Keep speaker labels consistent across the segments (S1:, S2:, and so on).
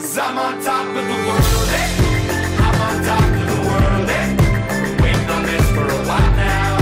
S1: Cause I'm on top of the world, eh? I'm on top of the world, eh? Waiting on this for a while now.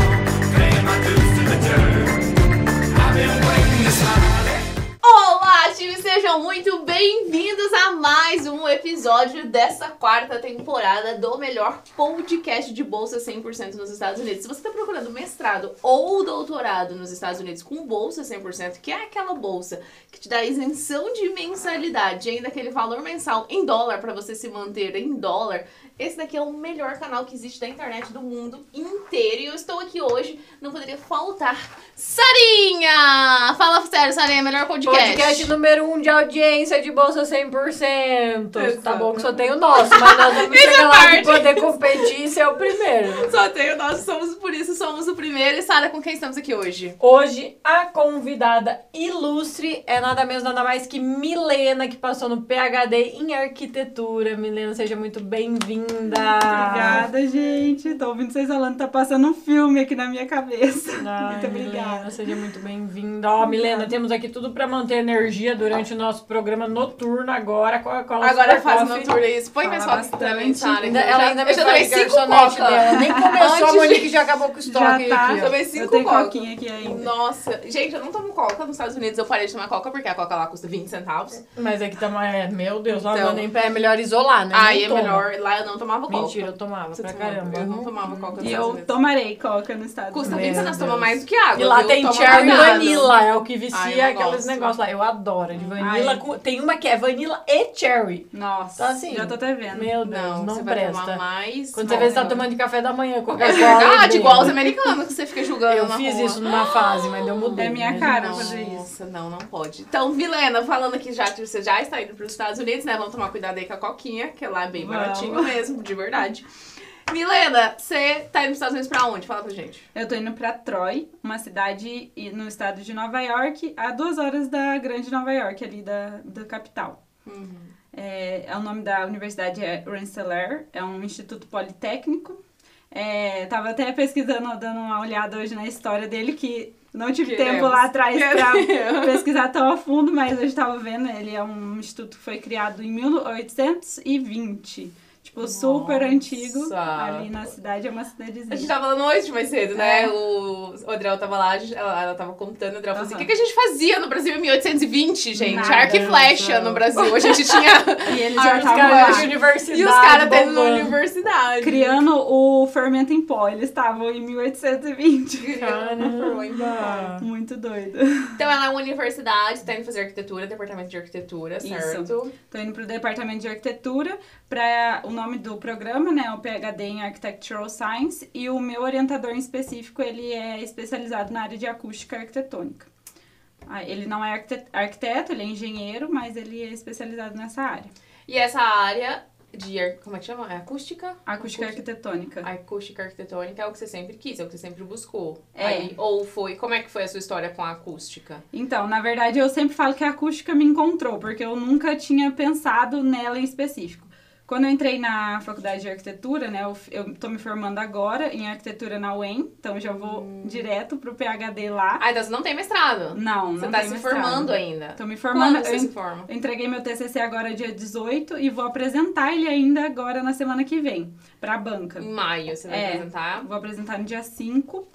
S1: Paying my dues to the dirt. I've been waiting this long, eh?
S2: Olá, time! Sejam muito bem-vindos a mais um episódio dessa quarta temporada do melhor podcast de bolsa 100% nos Estados Unidos. Se você está procurando mestrado ou doutorado nos Estados Unidos com bolsa 100%, que é aquela bolsa que te dá isenção de mensalidade e ainda aquele valor mensal em dólar para você se manter em dólar, esse daqui é o melhor canal que existe da internet do mundo inteiro. E eu estou aqui hoje, não poderia faltar. Sarinha! Fala sério, Sarinha, é melhor podcast.
S3: Podcast número 1 um de audiência de Bolsa 100%. Tá
S2: Exato.
S3: bom que só tem o nosso, mas nós vamos
S2: Essa
S3: chegar lá e
S2: parte.
S3: poder competir e ser o primeiro.
S2: Só tem o nosso, somos por isso, somos o primeiro. E Sara, com quem estamos aqui hoje?
S3: Hoje, a convidada ilustre é nada menos, nada mais que Milena, que passou no PHD em arquitetura. Milena, seja muito bem-vinda. Ah.
S4: Obrigada, gente. Tô ouvindo vocês falando, tá passando um filme aqui na minha cabeça.
S3: Ai,
S4: Muito obrigada.
S3: Milena, seja muito bem-vinda. Ó, Milena, temos aqui tudo pra manter energia durante o nosso programa noturno agora. Coca-Cola
S2: Agora é
S3: Super
S2: faz
S3: Coffee.
S2: meu tour isso. Põe mais
S4: Fala
S2: foto pra mim,
S4: bastante.
S2: Sara. que
S3: Ainda-
S2: eu
S3: ela
S2: já-
S3: ainda
S2: eu
S3: me
S2: já tomei
S3: faz
S2: cinco
S3: garçonete
S2: coca.
S3: dela. Nem começou, a
S2: Antes
S3: Monique já acabou com o estoque
S4: tá.
S3: aqui. ó.
S2: Tomei
S4: Eu
S2: cinco
S4: tenho
S2: coca.
S4: coquinha aqui ainda.
S2: Nossa, gente, eu não tomo coca nos Estados Unidos. Eu parei de tomar coca porque a coca lá custa 20 centavos.
S3: Mas é que tá mais... Meu Deus, lá
S2: Então.
S3: não dá nem pé. É melhor isolar, né?
S2: Aí
S3: Nem
S2: é
S3: toma.
S2: melhor. Lá eu não tomava coca.
S3: Mentira, eu tomava
S2: Você
S3: pra
S2: tomava?
S3: caramba. Uhum.
S2: Eu não tomava coca nos
S4: E
S2: Estados
S4: eu
S2: Unidos.
S4: tomarei coca no estado.
S2: Custa
S3: Meu
S2: 20 centavos,
S3: Deus.
S2: toma mais do que água.
S3: E lá
S2: viu?
S3: tem
S2: Toma
S3: cherry
S2: guardado.
S3: vanilla, é o que
S2: Ai, eu
S3: vicia
S2: não
S3: aqueles
S2: gosto.
S3: negócios lá. Eu adoro, é de vanilla.
S4: Ai.
S3: com- Tem uma que é vanilla e cherry.
S4: Nossa,
S3: Tá assim.
S4: já tô até vendo.
S3: Meu Deus,
S2: Não,
S3: não,
S2: você vai tomar
S3: presta.
S2: mais.
S3: Quando você vê, você tá
S2: Não.
S3: tomando de café da manhã,
S2: É
S3: Coca-Cola.
S2: verdade,
S3: e
S2: igual os
S3: bebida.
S2: americanos que você fica julgando
S3: Eu
S2: na
S3: fiz
S2: rua.
S3: isso numa fase, mas eu mudei.
S4: É minha
S3: mas-
S4: cara
S2: Nossa,
S4: fazer isso.
S2: não, não pode. Então, Vilena, falando que já que você já está indo para os Estados Unidos, né? Vamos tomar cuidado aí com a coquinha, que lá é bem
S4: Vamos.
S2: baratinho mesmo, de verdade. Milena, você tá indo pros Estados Unidos pra onde? Fala pra gente.
S4: Eu tô indo pra Troy, uma cidade e- no estado de Nova York, a duas horas da grande Nova York, ali da, da capital.
S2: Uhum.
S4: É, é o nome da universidade é Rensselaer, é um instituto politécnico. É, tava até pesquisando, dando uma olhada hoje na história dele, que não tive
S2: Queremos.
S4: tempo lá atrás pra
S2: Queremos.
S4: pesquisar tão a fundo, mas hoje tava vendo, ele é um instituto que foi criado em 1820. Tipo, super
S2: Nossa.
S4: antigo. Ali na cidade é uma cidadezinha.
S2: A gente tava falando hoje mais cedo, né?
S4: É.
S2: O o Adriel tava lá, a gente- ela, ela tava contando, o Adriel falou assim: o
S4: Aham.
S2: que, que a gente fazia no Brasil em 1820, gente?
S4: Nada,
S2: Arco e flecha
S3: não.
S2: no Brasil. A gente tinha.
S4: E eles
S2: Ah,
S4: já
S2: os
S3: Os
S4: estavam
S2: caras
S4: lá.
S3: caras de universidade.
S2: e os caras dentro da
S3: bombando.
S2: universidade.
S4: criando o fermento em pó. Eles estavam em 1820.
S3: Caramba.
S4: Muito doido.
S2: Então ela é uma universidade, tá indo fazer arquitetura, departamento de arquitetura,
S4: Isso.
S2: certo?
S4: Tô indo pro departamento de arquitetura para o nome do programa, né? O PhD em Architectural Science e o meu orientador em específico ele é especializado na área de acústica arquitetônica. Ah, Ele não é arquite- arquiteto, ele é engenheiro, mas ele é especializado nessa área.
S2: E essa área de. ar- Como é que chama? É acústica?
S4: Acústica
S2: É.
S4: arquitetônica.
S2: Acústica arquitetônica é o que você sempre quis, é o que você sempre buscou.
S4: É.
S2: Aí, ou foi. Como é que foi a sua história com a acústica?
S4: Então, na verdade, eu sempre falo que a acústica me encontrou, porque eu nunca tinha pensado nela em específico. Quando eu entrei na faculdade de arquitetura, né, eu, f- eu tô me formando agora em arquitetura na UEM, então já vou
S2: Hum.
S4: direto pro PhD lá.
S2: Ah, então você não tem mestrado.
S4: Não, não
S2: você tá
S4: tem
S2: se
S4: mestrado.
S2: formando ainda.
S4: Tô me formando,
S2: Quando você
S4: eu
S2: se forma?
S4: eu entreguei meu TCC agora dia 18 e vou apresentar ele ainda agora na semana que vem, pra banca.
S2: Em maio você vai
S4: É.
S2: apresentar.
S4: Vou apresentar no dia 5,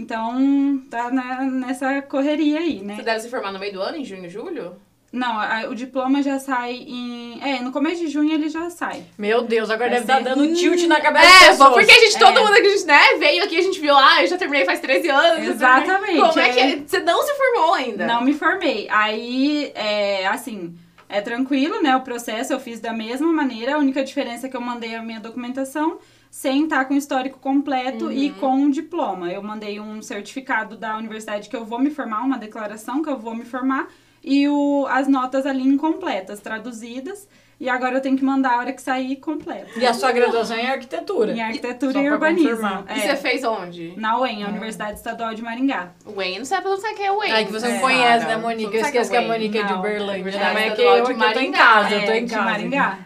S4: então tá na- nessa correria aí, né?
S2: Você deve se formar no meio do ano, em junho, julho?
S4: Não, a- o diploma já sai em. É, no começo de junho ele já sai.
S3: Meu Deus, agora
S4: Vai
S3: deve estar
S4: ser-
S3: dando tilt na cabeça das
S2: É,
S3: pessoas.
S2: porque a gente, todo
S4: É.
S2: mundo que a gente, né, veio aqui, a gente viu, ah, eu já terminei faz 13 anos. eu terminei.
S4: Exatamente,
S2: Como é que
S4: é.
S2: você não se formou ainda?
S4: Não me formei. Aí, é, assim, é tranquilo, né? O processo eu fiz da mesma maneira. A única diferença é que eu mandei a minha documentação sem estar com o histórico completo e
S3: Uhum.
S4: com o diploma. Eu mandei um certificado da universidade que eu vou me formar, uma declaração que eu vou me formar, e o- as notas ali incompletas, traduzidas. E agora eu tenho que mandar a hora que sair completa.
S3: E a sua graduação é em arquitetura.
S4: Em arquitetura
S3: Só
S4: e
S3: pra
S4: urbanismo.
S3: confirmar.
S2: E
S4: É.
S2: você fez onde?
S4: Na UEM,
S3: É.
S4: a Universidade Estadual de Maringá.
S2: Wayne, não sabe, não sabe quem é Wayne.
S3: Ai, Ah, que você não
S4: É.
S3: conhece,
S2: Sara.
S3: né, Monique?
S2: Você
S3: Eu
S2: não sabe
S3: esqueço que a
S2: Wayne.
S3: Monique é de
S4: Não,
S3: Uberlândia.
S2: é
S3: Mas é que
S2: do lado
S3: eu,
S2: de
S3: que eu tô em
S2: Maringá.
S3: casa, eu tô
S4: É,
S3: em
S4: de
S3: casa.
S4: Maringá.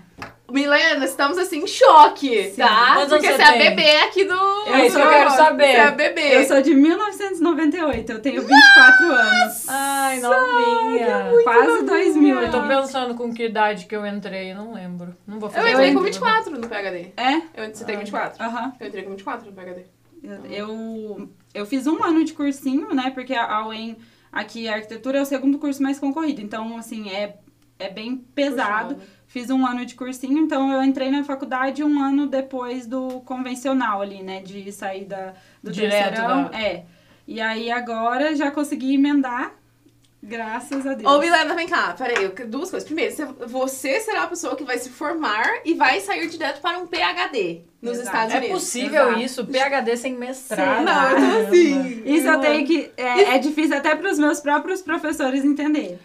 S2: Milena, estamos assim em choque,
S4: Sim.
S2: tá?
S3: Quantos anos
S2: Porque
S3: você
S2: você é
S3: tem?
S2: bebê aqui do.
S4: É isso que eu
S3: quero saber.
S2: Você é
S4: Eu
S2: bebê.
S4: sou de 1998, eu tenho 24 anos.
S3: Ai, novinha.
S4: Quase 2000.
S3: é Eu tô pensando com que idade que eu entrei, não lembro. Não vou
S2: Eu
S3: fazer.
S2: entrei com
S3: conta.
S2: 24 no PHD.
S4: É?
S2: Eu, você tem 24?
S4: Aham.
S2: Eu entrei com 24 no PHD.
S4: Eu- Eu, eu fiz um ano de cursinho, né? Porque a a UEM, aqui, a arquitetura é o segundo curso mais concorrido. Então, assim, é, é bem pesado.
S2: Puxa, mano.
S4: Fiz um ano de cursinho, então eu entrei na faculdade um ano depois do convencional ali, né? De sair da, do
S3: Direto
S4: terceirão.
S3: da-
S4: É. E aí, agora, já consegui emendar, graças a Deus.
S2: Ô, Milena, vem cá, peraí, eu- duas coisas. Primeiro, você- você será a pessoa que vai se formar e vai sair direto para um PHD nos
S4: Exato.
S2: Estados
S3: É
S2: Unidos.
S3: possível
S4: Exato.
S3: isso? PHD sem mestrado.
S2: Não, eu tô assim.
S4: Isso eu tenho que... É, é difícil até para os meus próprios professores entenderem.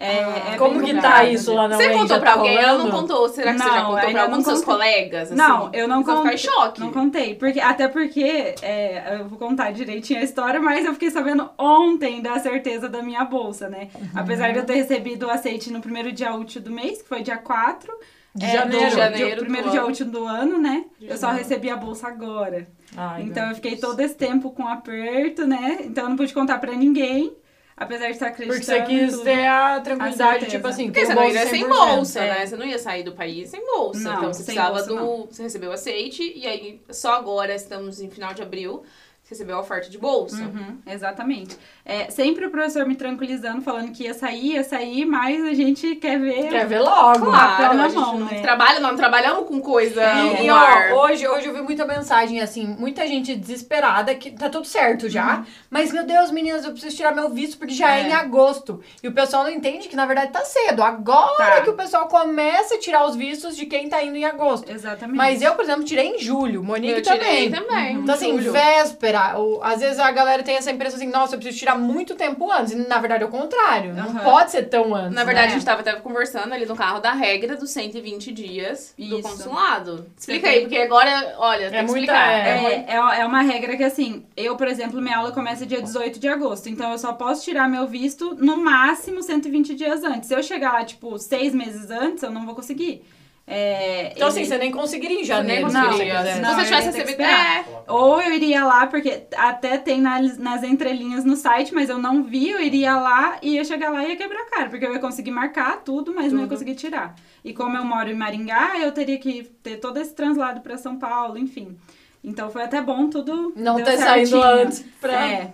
S4: É, é bem
S3: Como que tá
S4: complicado,
S3: isso lá na
S2: Você
S3: UEM? Já
S2: contou pra
S3: tá
S2: alguém? Ela não
S3: rolando?
S2: contou? Será que você
S4: Não,
S2: já contou
S4: ainda
S2: pra alguns
S4: não
S2: seus
S4: contei.
S2: colegas? assim?
S4: Não, eu não
S2: Você vai ficar
S4: contei.
S2: em choque.
S4: Não contei. Porque, até porque, é, eu vou contar direitinho a história, mas eu fiquei sabendo ontem da certeza da minha bolsa, né?
S3: Uhum.
S4: Apesar de eu ter recebido o aceite no primeiro dia útil do mês, que foi dia 4.
S3: De
S4: é,
S3: janeiro.
S4: do-
S2: Janeiro
S4: de-
S2: do
S4: primeiro
S2: ano.
S4: dia útil do ano, né?
S2: De
S4: eu só
S2: janeiro.
S4: recebi a bolsa agora.
S3: Ai,
S4: então eu fiquei
S3: meu Deus.
S4: todo esse tempo com aperto, né? Então eu não pude contar pra ninguém. Apesar de estar acreditando.
S3: Porque você
S4: e
S3: quis
S4: tudo.
S3: ter a tranquilidade,
S4: certeza.
S3: tipo assim,
S2: Porque
S3: ter
S2: você
S3: o
S2: não
S3: bolso
S2: iria sem
S3: 100%,
S2: bolsa,
S3: é.
S2: né? Você não ia sair do país sem bolsa.
S4: Não,
S2: então você
S4: sem
S2: precisava
S4: bolsa,
S2: do. Você recebeu o aceite e aí só agora estamos em final de abril. Você recebeu a oferta de bolsa.
S4: Uhum, exatamente. É, sempre o professor me tranquilizando, falando que ia sair, ia sair, mas a gente quer ver.
S3: Quer ver logo.
S4: papel
S2: Claro,
S4: na
S2: a gente
S4: mão,
S2: não
S4: né?
S2: trabalha, não trabalhamos com coisa
S4: É.
S2: no
S3: E
S2: ar.
S3: ó, hoje, hoje eu vi muita mensagem, assim, muita gente desesperada, que tá tudo certo já. Mas, meu Deus, meninas, eu preciso tirar meu visto porque já é,
S4: Uhum. É.
S3: em agosto. E o pessoal não entende que, na verdade, tá cedo. Agora
S4: Tá.
S3: que o pessoal começa a tirar os vistos de quem tá indo em agosto.
S4: Exatamente.
S3: Mas eu, por exemplo, tirei em julho. Monique
S2: eu tirei
S3: também.
S2: também.
S3: Então, assim,
S2: julho.
S3: véspera, ou, às vezes a galera tem essa impressão assim, nossa, eu preciso tirar muito tempo antes. E, na verdade, é o contrário. Não
S4: Aham.
S3: pode ser tão antes.
S2: Na verdade,
S3: né?
S2: a gente tava até conversando ali no carro da regra dos 120 dias do
S4: Isso.
S2: consulado. Explica
S4: Sim.
S2: aí, porque agora, olha, tem que
S3: muita-
S2: explicar.
S3: é.
S4: É, é, é uma regra que, assim, eu, por exemplo, minha aula começa dia 18 de agosto. Então, eu só posso tirar meu visto no máximo 120 dias antes. Se eu chegar lá, tipo, seis meses antes, eu não vou conseguir. É,
S3: Então,
S4: ele-
S3: assim, você nem conseguiria em janeiro.
S4: nem
S3: se você
S4: conseguiria, né?
S3: quiser.
S2: Se
S4: não,
S2: você
S4: eu
S2: tivesse
S4: ia ter que
S2: recebido.
S4: esperar.
S2: É,
S4: Ou eu iria lá, porque até tem na- nas entrelinhas no site, mas eu não vi, eu iria lá e ia chegar lá e ia quebrar a cara, porque eu ia conseguir marcar tudo, mas não ia
S2: Tudo.
S4: conseguir tirar. E como eu moro em Maringá, eu teria que ter todo esse translado pra São Paulo, enfim. Então foi até bom tudo.
S3: Não
S4: deu
S3: ter saído
S4: certinho.
S3: antes pra.
S4: É.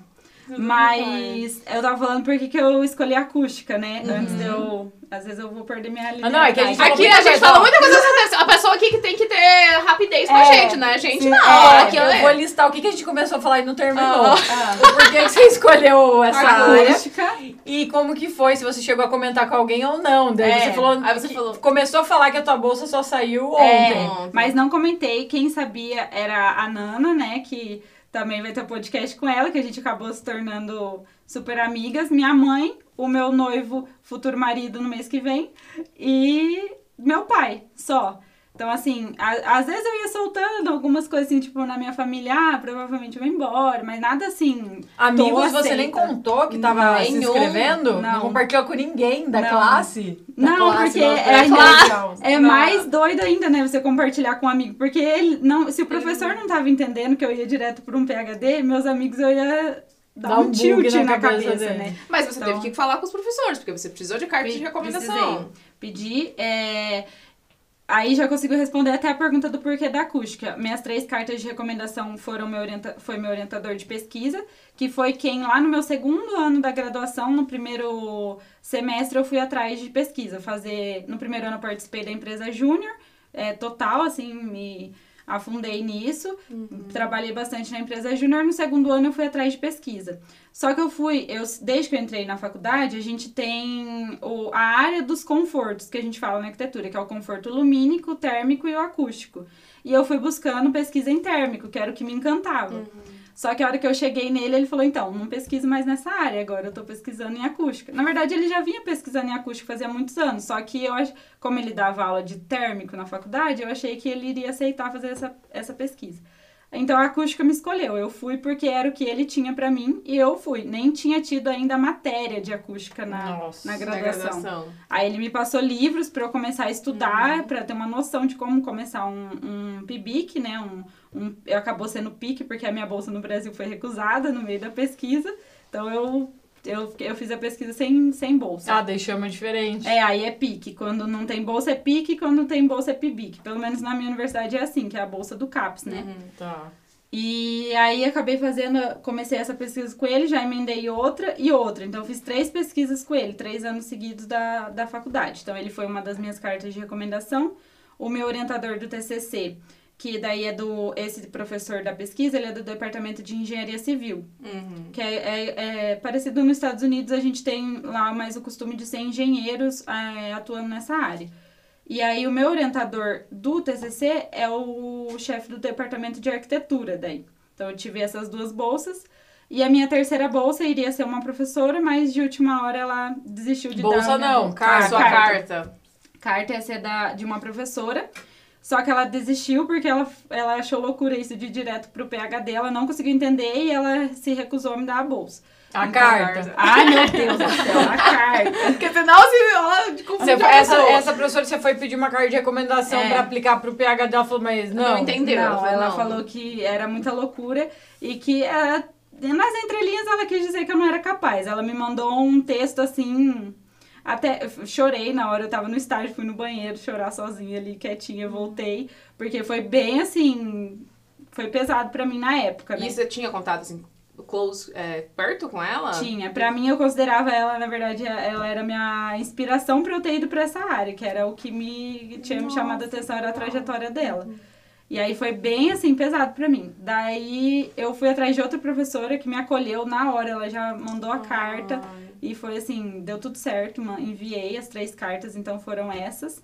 S4: Mas eu tava falando por que que eu escolhi a acústica, né? Antes de eu. Às vezes eu vou perder minha
S3: Uhum. Ah,
S4: liberdade.
S3: não, é que a gente
S2: Aqui
S3: muita
S2: a gente
S3: coisa,
S2: fala
S3: ó.
S2: muita coisa sobre isso. A pessoa aqui que tem que ter rapidez com a
S3: É,
S2: gente, né? A gente
S4: sim,
S2: não.
S3: Ó,
S2: aqui
S3: aqui eu
S2: é.
S3: vou listar o que, que a gente começou a falar e não terminou. Então,
S2: Ah.
S3: Por que, que você escolheu essa área?
S4: acústica.
S3: E como que foi, se você chegou a comentar com alguém ou não. Daí
S4: É,
S3: você falou.
S2: aí você
S3: que-
S2: falou-
S3: Começou a falar que a tua bolsa só saiu
S4: É,
S3: ontem.
S2: Ontem.
S4: mas não comentei. Quem sabia era a Nana, né? Que também vai ter um podcast com ela, que a gente acabou se tornando super amigas. Minha mãe, o meu noivo, futuro marido no mês que vem, e meu pai, só. Então, assim, a- às vezes eu ia soltando algumas coisas assim, tipo, na minha família, ah, provavelmente eu vou embora, mas nada assim. tô
S3: Amigos, você
S4: aceita.
S3: nem contou que tava
S2: Nenhum.
S3: se inscrevendo?
S4: Não.
S3: compartilhou com ninguém da
S4: Não.
S3: classe? Da
S4: Não,
S3: classe,
S4: porque
S3: não,
S4: é-
S3: da classe.
S4: É
S3: Não.
S4: mais doido ainda, né? Você compartilhar com um amigo. Porque ele não, se o professor não tava entendendo que eu ia direto pra um PHD, meus amigos eu ia dar
S3: Dá um
S4: um, tilt
S3: bug na
S4: na,
S3: cabeça
S4: cabeça,
S3: dele.
S4: né?
S2: Mas você
S4: Então-
S2: teve que falar com os professores, porque você precisou de carta de recomendação.
S4: Pedi. é, Aí já consigo responder até a pergunta do porquê da acústica. Minhas três cartas de recomendação foram meu orienta... foi meu orientador de pesquisa, que foi quem lá no meu segundo ano da graduação, no primeiro semestre, eu fui atrás de pesquisa. Fazer. No primeiro ano eu participei da empresa Júnior, é, total, assim, me afundei nisso.
S2: Uhum.
S4: Trabalhei bastante na empresa Júnior. No segundo ano eu fui atrás de pesquisa. Só que eu fui, eu, desde que eu entrei na faculdade, a gente tem o, a área dos confortos que a gente fala na arquitetura, que é o conforto lumínico, o térmico e o acústico. E eu fui buscando pesquisa em térmico, que era o que me encantava. Só que a hora que eu cheguei nele, ele falou: então, não pesquiso mais nessa área agora, eu tô pesquisando em acústica. Na verdade, ele já vinha pesquisando em acústica fazia muitos anos, só que eu, ach- como ele dava aula de térmico na faculdade, eu achei que ele iria aceitar fazer essa, essa pesquisa. Então a acústica me escolheu. Eu fui porque era o que ele tinha pra mim e eu fui. Nem tinha tido ainda matéria de acústica na,
S3: Nossa, na
S4: na graduação. Aí ele me passou livros pra eu começar a estudar, pra ter uma noção de como começar um, um PIBIC, né? Um, um, eu acabou sendo PIC porque a minha bolsa no Brasil foi recusada no meio da pesquisa. Então eu, eu, fiquei- eu fiz a pesquisa sem, sem bolsa.
S3: Ah, daí chama diferente.
S4: É, aí é PIC. Quando não tem bolsa é PIC, quando tem bolsa é PIBIC. Pelo menos na minha universidade é assim, que é a bolsa do CAPES, né?
S3: Tá.
S4: E aí acabei fazendo, comecei essa pesquisa com ele, já emendei outra e outra. Então eu fiz três pesquisas com ele, três anos seguidos da, da faculdade. Então ele foi uma das minhas cartas de recomendação. O meu orientador do TCC, que daí é do, esse professor da pesquisa, ele é do Departamento de Engenharia Civil.
S3: Uhum.
S4: Que é, é- é parecido nos Estados Unidos, a gente tem lá mais o costume de ser engenheiros é, atuando nessa área. E aí o meu orientador do TCC é o chefe do departamento de arquitetura daí. Então eu tive essas duas bolsas e a minha terceira bolsa iria ser uma professora, mas de última hora ela desistiu de dar
S3: Bolsa
S4: a minha-
S3: não,
S2: Car,
S3: carta.
S2: sua carta.
S4: carta ia ser da, de uma professora. Só que ela desistiu porque ela, ela achou loucura isso de ir direto pro PhD, ela não conseguiu entender e ela se recusou a me dar a bolsa.
S3: A
S4: Então,
S3: carta.
S4: Ai, meu Deus do céu, a carta.
S2: Porque senão se ela
S3: Você-
S2: confunde a
S3: essa,
S2: pessoa.
S3: essa professora, você foi pedir uma carta de recomendação
S4: É.
S3: pra aplicar pro PhD, ela falou, mas não.
S2: Não entendeu.
S4: Não, ela
S2: não.
S4: falou que era muita loucura e que ela- nas entrelinhas ela quis dizer que eu não era capaz. Ela me mandou um texto assim. Até eu chorei na hora, eu tava no estágio, fui no banheiro chorar sozinha ali, quietinha, voltei. Porque foi bem assim. Foi pesado pra mim na época, né?
S2: E você tinha contato, assim, close, é, perto com ela?
S4: Tinha. Pra mim, eu considerava ela, na verdade, ela era minha inspiração pra eu ter ido pra essa área, que era o que me tinha me chamado a atenção, era a trajetória dela. E aí foi bem, assim, pesado pra mim. Daí eu fui atrás de outra professora que me acolheu na hora, ela já mandou a carta. E foi assim, deu tudo certo, ma- enviei as três cartas, então foram essas.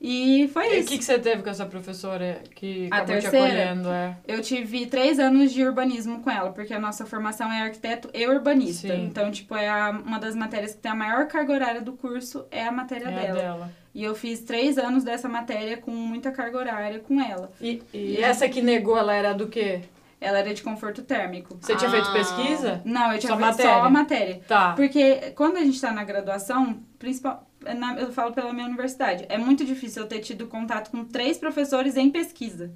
S4: E foi
S3: E o
S4: É isso.
S3: É, que, que você teve com essa professora que
S4: A
S3: acabou te
S4: terceira?
S3: acolhendo? É.
S4: Eu tive três anos de urbanismo com ela, porque a nossa formação é arquiteto e urbanista.
S3: Sim.
S4: Então, tipo, é a- uma das matérias que tem a maior carga horária do curso é a matéria
S3: é a
S4: dela.
S3: dela.
S4: E eu fiz três anos dessa matéria com muita carga horária com ela.
S3: E, e essa que negou, ela era do quê?
S4: Ela era de conforto térmico.
S3: Você tinha
S2: Ah.
S3: feito pesquisa?
S4: Não, eu tinha
S3: Só
S4: feito só
S3: matéria?
S4: a matéria.
S3: Tá.
S4: Porque quando a gente tá na graduação, principal, é na- eu falo pela minha universidade, é muito difícil eu ter tido contato com três professores em pesquisa.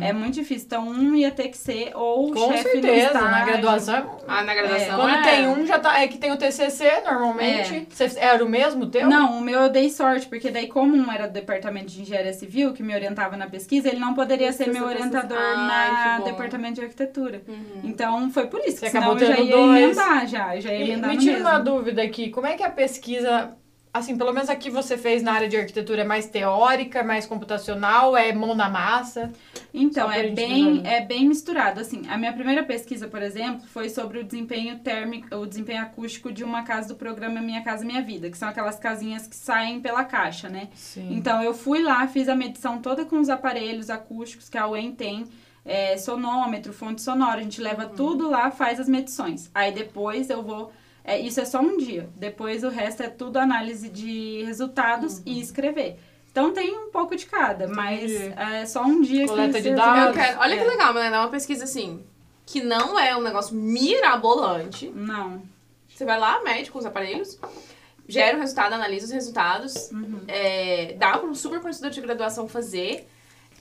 S4: É muito difícil. Então, um ia ter que ser ou
S3: Uhum. Com
S4: chefe no
S3: certeza, na
S4: estágio.
S3: graduação é
S2: Ah, na graduação.
S3: Quando
S2: é.
S3: tem um, já tá. É que tem o TCC normalmente. Você- era o mesmo teu?
S4: É. Não, o meu eu dei sorte, porque daí como um era do departamento de engenharia civil, que me orientava na pesquisa, ele não poderia ser meu orientador
S2: Ai, que
S4: no
S2: bom.
S4: departamento de arquitetura. Então foi por isso,
S3: Uhum. Você
S4: que senão eu
S3: acabou
S4: já
S3: tendo
S4: ia
S3: dois.
S4: emendar já, eu já ia
S3: E,
S4: emendar
S3: me
S4: no
S3: tira
S4: mesmo.
S3: uma dúvida aqui. Como é que a pesquisa. Assim, pelo menos aqui você fez na área de arquitetura é mais teórica, é mais computacional, é mão na massa.
S4: Então,
S3: Só pra
S4: é
S3: gente
S4: bem,
S3: melhorar.
S4: é bem misturado. Assim, a minha primeira pesquisa, por exemplo, foi sobre o desempenho térmico, o desempenho acústico de uma casa do programa Minha Casa Minha Vida, que são aquelas casinhas que saem pela caixa, né?
S3: Sim.
S4: Então eu fui lá, fiz a medição toda com os aparelhos acústicos que a UEM tem, é, sonômetro, fonte sonora, a gente leva
S3: Uhum.
S4: tudo lá, faz as medições. Aí depois eu vou. é, isso é só um dia. Depois o resto é tudo análise de resultados e escrever. Então tem um pouco de cada, mas
S3: Uhum. Entendi.
S4: é só um dia
S3: Coleta
S4: que
S3: de
S4: vocês-
S3: dados.
S2: Eu quero- Olha que
S4: É.
S2: legal, né? Dá uma pesquisa assim, que não é um negócio mirabolante.
S4: Não.
S2: Você vai lá, mede com os aparelhos, gera o resultado, analisa os resultados, é, dá para um super professor de graduação fazer.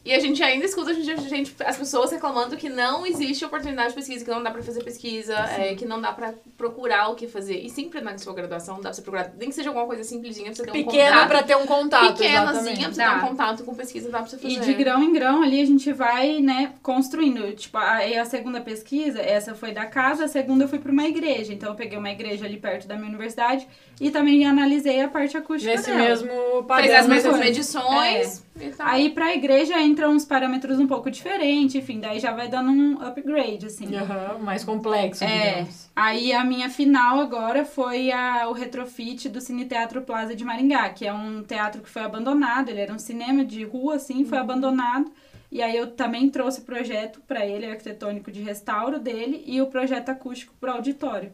S2: E a gente ainda escuta a gente, a gente- as pessoas reclamando que não existe oportunidade de pesquisa, que não dá pra fazer pesquisa, é, que não dá pra procurar o que fazer. E sempre na sua graduação dá pra você procurar, nem que seja alguma coisa simplesinha
S4: Então,
S2: pra você ter um
S3: Pequena
S2: contato.
S3: pra ter um contato.
S2: pequenazinha pra
S3: Pequenazinha.
S2: você ter um
S4: Dá.
S2: contato com pesquisa, dá pra você fazer.
S4: E
S3: É.
S4: de grão em grão ali a gente vai, né, construindo. Tipo, aí a segunda pesquisa, essa foi da casa, a segunda eu fui pra uma igreja. Então eu peguei uma igreja ali perto da minha universidade e também analisei a parte acústica
S3: Nesse
S4: dela.
S3: mesmo
S2: Fez
S3: padrão. né?
S2: as mesmas É.
S4: coisa.
S2: medições e tal.
S4: Aí pra igreja entram uns parâmetros um pouco diferentes, enfim, daí já vai dando um upgrade, assim.
S3: Aham, mais complexo,
S4: É.
S3: digamos.
S4: Aí a minha final agora foi a- o retrofit do Cine Teatro Plaza de Maringá, que é um teatro que foi abandonado, ele era um cinema de rua, assim,
S2: Uhum.
S4: foi abandonado. E aí eu também trouxe o projeto para ele, arquitetônico de restauro dele, e o projeto acústico pro auditório.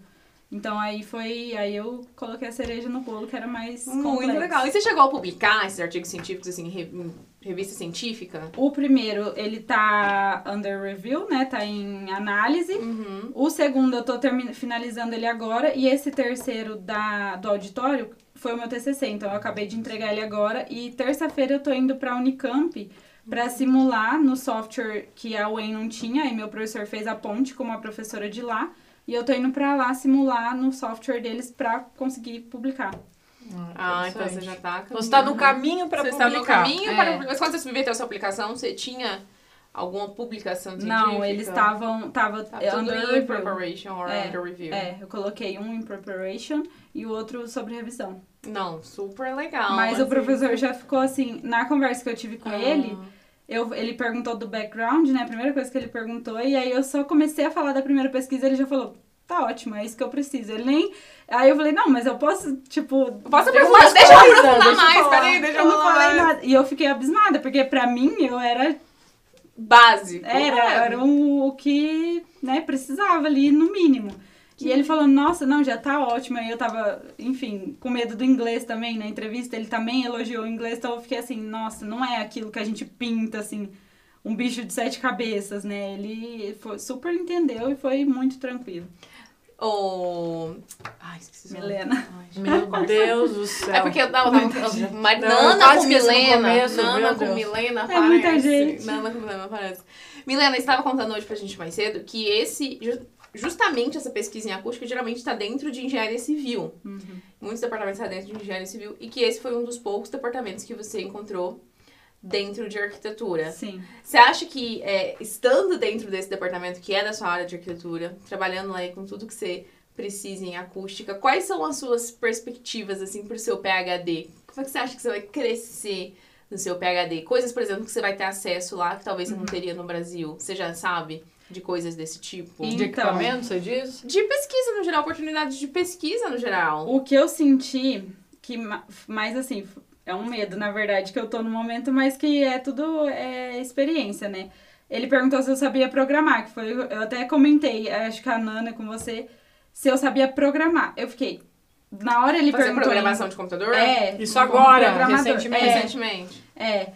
S4: Então aí foi, aí eu coloquei a cereja no bolo que era mais
S2: Muito
S4: complexo.
S2: legal. E você chegou a publicar esses artigos científicos, assim, em re- em revista científica?
S4: O primeiro, ele tá under review, né? Tá em análise.
S2: Uhum.
S4: O segundo eu tô termi- finalizando ele agora. E esse terceiro da, do auditório foi o meu TCC. Então eu acabei de entregar ele agora. E terça-feira eu tô indo pra Unicamp pra simular no software que a UEM não tinha. E meu professor fez a ponte com uma professora de lá. E eu tô indo pra lá simular no software deles pra conseguir publicar.
S2: Ah, então você já tá...
S3: Você tá no caminho pra
S2: você
S3: publicar.
S2: está no caminho
S3: É.
S2: para publicar. Mas quando você submeteu a sua aplicação, você tinha alguma publicação científica?
S4: Não, eles estavam. Tava,
S2: Tá tudo
S4: under
S2: em
S4: review.
S2: preparation or
S4: É,
S2: under review.
S4: É, eu coloquei um em preparation e o outro sobre revisão.
S2: Não, super legal.
S4: Mas o
S2: assim.
S4: professor já ficou assim, na conversa que eu tive com
S2: Ah.
S4: ele, eu, ele perguntou do background, né? A primeira coisa que ele perguntou, e aí eu só comecei a falar da primeira pesquisa, ele já falou, tá ótimo, é isso que eu preciso. Ele nem. Aí eu falei, não, mas eu posso, tipo.
S2: Posso
S4: ver
S2: aprofundar?
S4: umas
S3: tá
S2: Deixa eu
S4: coisas,
S2: aprofundar
S3: assim.
S4: deixa eu
S2: mais,
S4: falar."
S2: peraí, deixa eu
S4: eu não
S2: falar
S4: falei
S2: mais.
S4: nada. E eu fiquei abismada, porque pra mim eu era
S2: Básico.
S4: era,
S2: É.
S4: era um- o que né, precisava ali, no mínimo. E ele falou, nossa, não, já tá ótimo. Aí eu tava, enfim, com medo do inglês também na entrevista. Ele também elogiou o inglês, então eu fiquei assim, nossa, não é aquilo que a gente pinta, assim, um bicho de sete cabeças, né? Ele foi, super entendeu e foi muito tranquilo.
S2: O... Ai, esqueci o nome.
S4: Milena.
S2: Ai, gente.
S3: Meu Deus do céu.
S2: É porque eu tava. tava eu- mas
S3: Não, eu
S2: Nana
S3: quase
S2: com
S3: esqueci no
S2: Milena.
S3: começo,
S2: Nana
S3: meu
S2: com
S3: Deus.
S2: Milena
S4: É muita
S2: parece.
S4: gente.
S2: Nana com Milena parece. Milena, você estava contando hoje pra gente mais cedo que esse. ju- Justamente essa pesquisa em acústica geralmente está dentro de engenharia civil. Muitos departamentos estão dentro de engenharia civil e que esse foi um dos poucos departamentos que você encontrou dentro de arquitetura.
S4: Sim.
S2: Você acha que, é, estando dentro desse departamento que é da sua área de arquitetura, trabalhando aí com tudo que você precisa em acústica, quais são as suas perspectivas, assim, pro seu PHD? Como é que você acha que você vai crescer no seu PHD? Coisas, por exemplo, que você vai ter acesso lá que talvez você
S4: Uhum.
S2: não teria no Brasil. Você já sabe de coisas desse tipo?
S4: E-
S3: De
S4: Então.
S3: equipamento, você diz?
S2: De pesquisa no geral, oportunidades de pesquisa no geral.
S4: O que eu senti, que ma- mais assim, é um medo, na verdade, que eu tô no momento, mas que é tudo é, experiência, né? Ele perguntou se eu sabia programar, que foi. Eu até comentei, acho que a Nana com você, se eu sabia programar. Eu fiquei. Na hora ele
S2: Fazer
S4: perguntou.
S2: programação de computador?
S4: É,
S3: Isso
S4: como
S3: agora,
S4: programador.
S3: recentemente.
S4: É,
S2: Recentemente.
S4: é.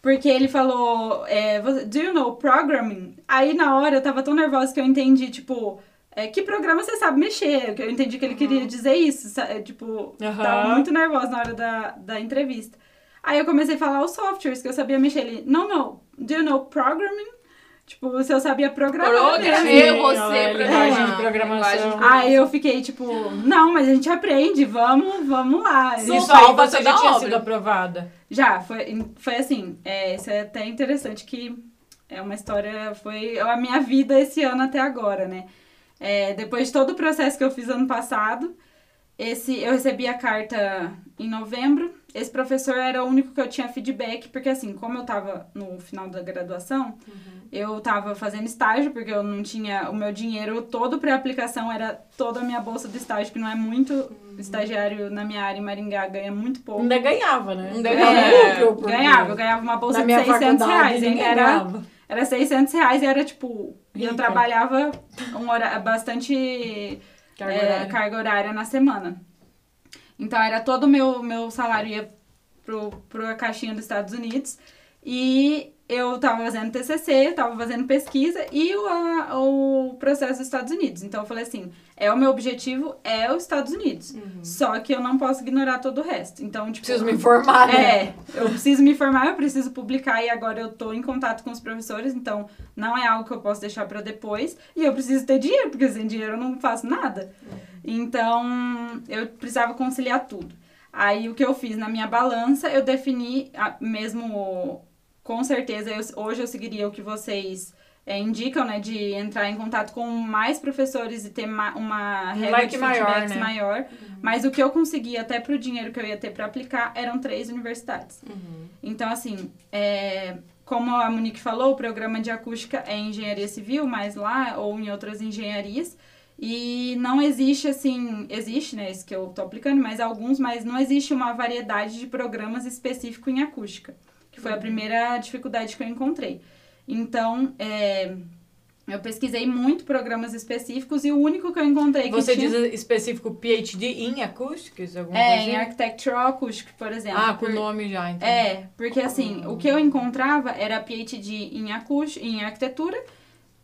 S4: Porque ele falou, é, você- do you know programming? Aí na hora eu tava tão nervosa que eu entendi, tipo, é, que programa você sabe mexer? Eu entendi que ele queria dizer isso, sa- é, tipo, tava
S3: Aham.
S4: muito nervosa na hora da, da entrevista. Aí eu comecei a falar os softwares que eu sabia mexer. Ele, não, não, do you know programming? Tipo, se eu sabia programar.
S2: Programa,
S4: mesmo.
S2: eu
S3: Sim,
S2: você,
S3: ó, é
S2: programar.
S3: linguagem de programação.
S2: Linguagem de
S4: Aí eu fiquei, tipo, não, mas a gente aprende, vamos, vamos lá.
S2: Sim.
S3: Isso
S2: vai,
S3: aí
S2: você
S3: você
S2: dá
S3: já tinha
S2: obra.
S3: sido aprovada.
S4: Já, foi, foi assim, é, isso é até interessante que é uma história, foi a minha vida esse ano até agora, né? É, depois de todo o processo que eu fiz ano passado, esse, eu recebi a carta em novembro. Esse professor era o único que eu tinha feedback, porque assim, como eu tava no final da graduação, eu tava fazendo estágio, porque eu não tinha o meu dinheiro todo pra aplicação, era toda a minha bolsa do estágio, que não é muito. Estagiário na minha área em Maringá ganha muito pouco.
S3: Ainda ganhava, né?
S2: Ainda
S4: É,
S2: ganhava.
S3: porque
S4: ganhava, eu ganhava uma bolsa
S3: na
S4: de
S3: minha
S4: 600
S3: faculdade
S4: reais. hein?
S3: ninguém
S4: Era, um
S3: ganhava.
S4: era 600 reais e era tipo. E eu
S3: Rica.
S4: trabalhava um hora, bastante
S3: Carga
S4: é,
S3: horária.
S4: carga horária na semana. Então era todo o meu, meu salário ia pro, pro caixinha dos Estados Unidos. E eu tava fazendo TCC, eu tava fazendo pesquisa e o, a- o processo dos Estados Unidos. Então eu falei assim, é o meu objetivo, é os Estados Unidos.
S3: Uhum.
S4: Só que eu não posso ignorar todo o resto. Então, tipo...
S3: Preciso me informar, né?
S4: É, eu preciso me formar, eu preciso publicar e agora eu tô em contato com os professores, então não é algo que eu posso deixar pra depois. E eu preciso ter dinheiro, porque sem dinheiro eu não faço nada. Então, eu precisava conciliar tudo. Aí o que eu fiz na minha balança, eu defini a- mesmo com certeza eu- hoje eu seguiria o que vocês é, indicam, né, de entrar em contato com mais professores e ter ma- uma regra
S3: Um leque
S4: de
S3: maior,
S4: feedbacks
S3: né?
S4: maior. Mas o que eu consegui até pro dinheiro que eu ia ter pra aplicar eram três universidades.
S3: Uhum.
S4: Então, assim, é, como a Monique falou, o programa de acústica é em engenharia civil, mas lá ou em outras engenharias. E não existe, assim, existe, né, isso que eu tô aplicando, mas alguns, mas não existe uma variedade de programas específico em
S3: Uhum.
S4: acústica, que foi a primeira dificuldade que eu encontrei. Então, é, Eu pesquisei muito programas específicos e o único que eu encontrei que
S3: Você
S4: tinha...
S3: diz específico PhD em acústicos? Alguma
S4: É,
S3: coisa? assim?
S4: em Architectural Acoustic, por exemplo.
S3: Ah, com o
S4: Por-
S3: nome já, então.
S4: É, porque assim, o que eu encontrava era PhD em, acus- em arquitetura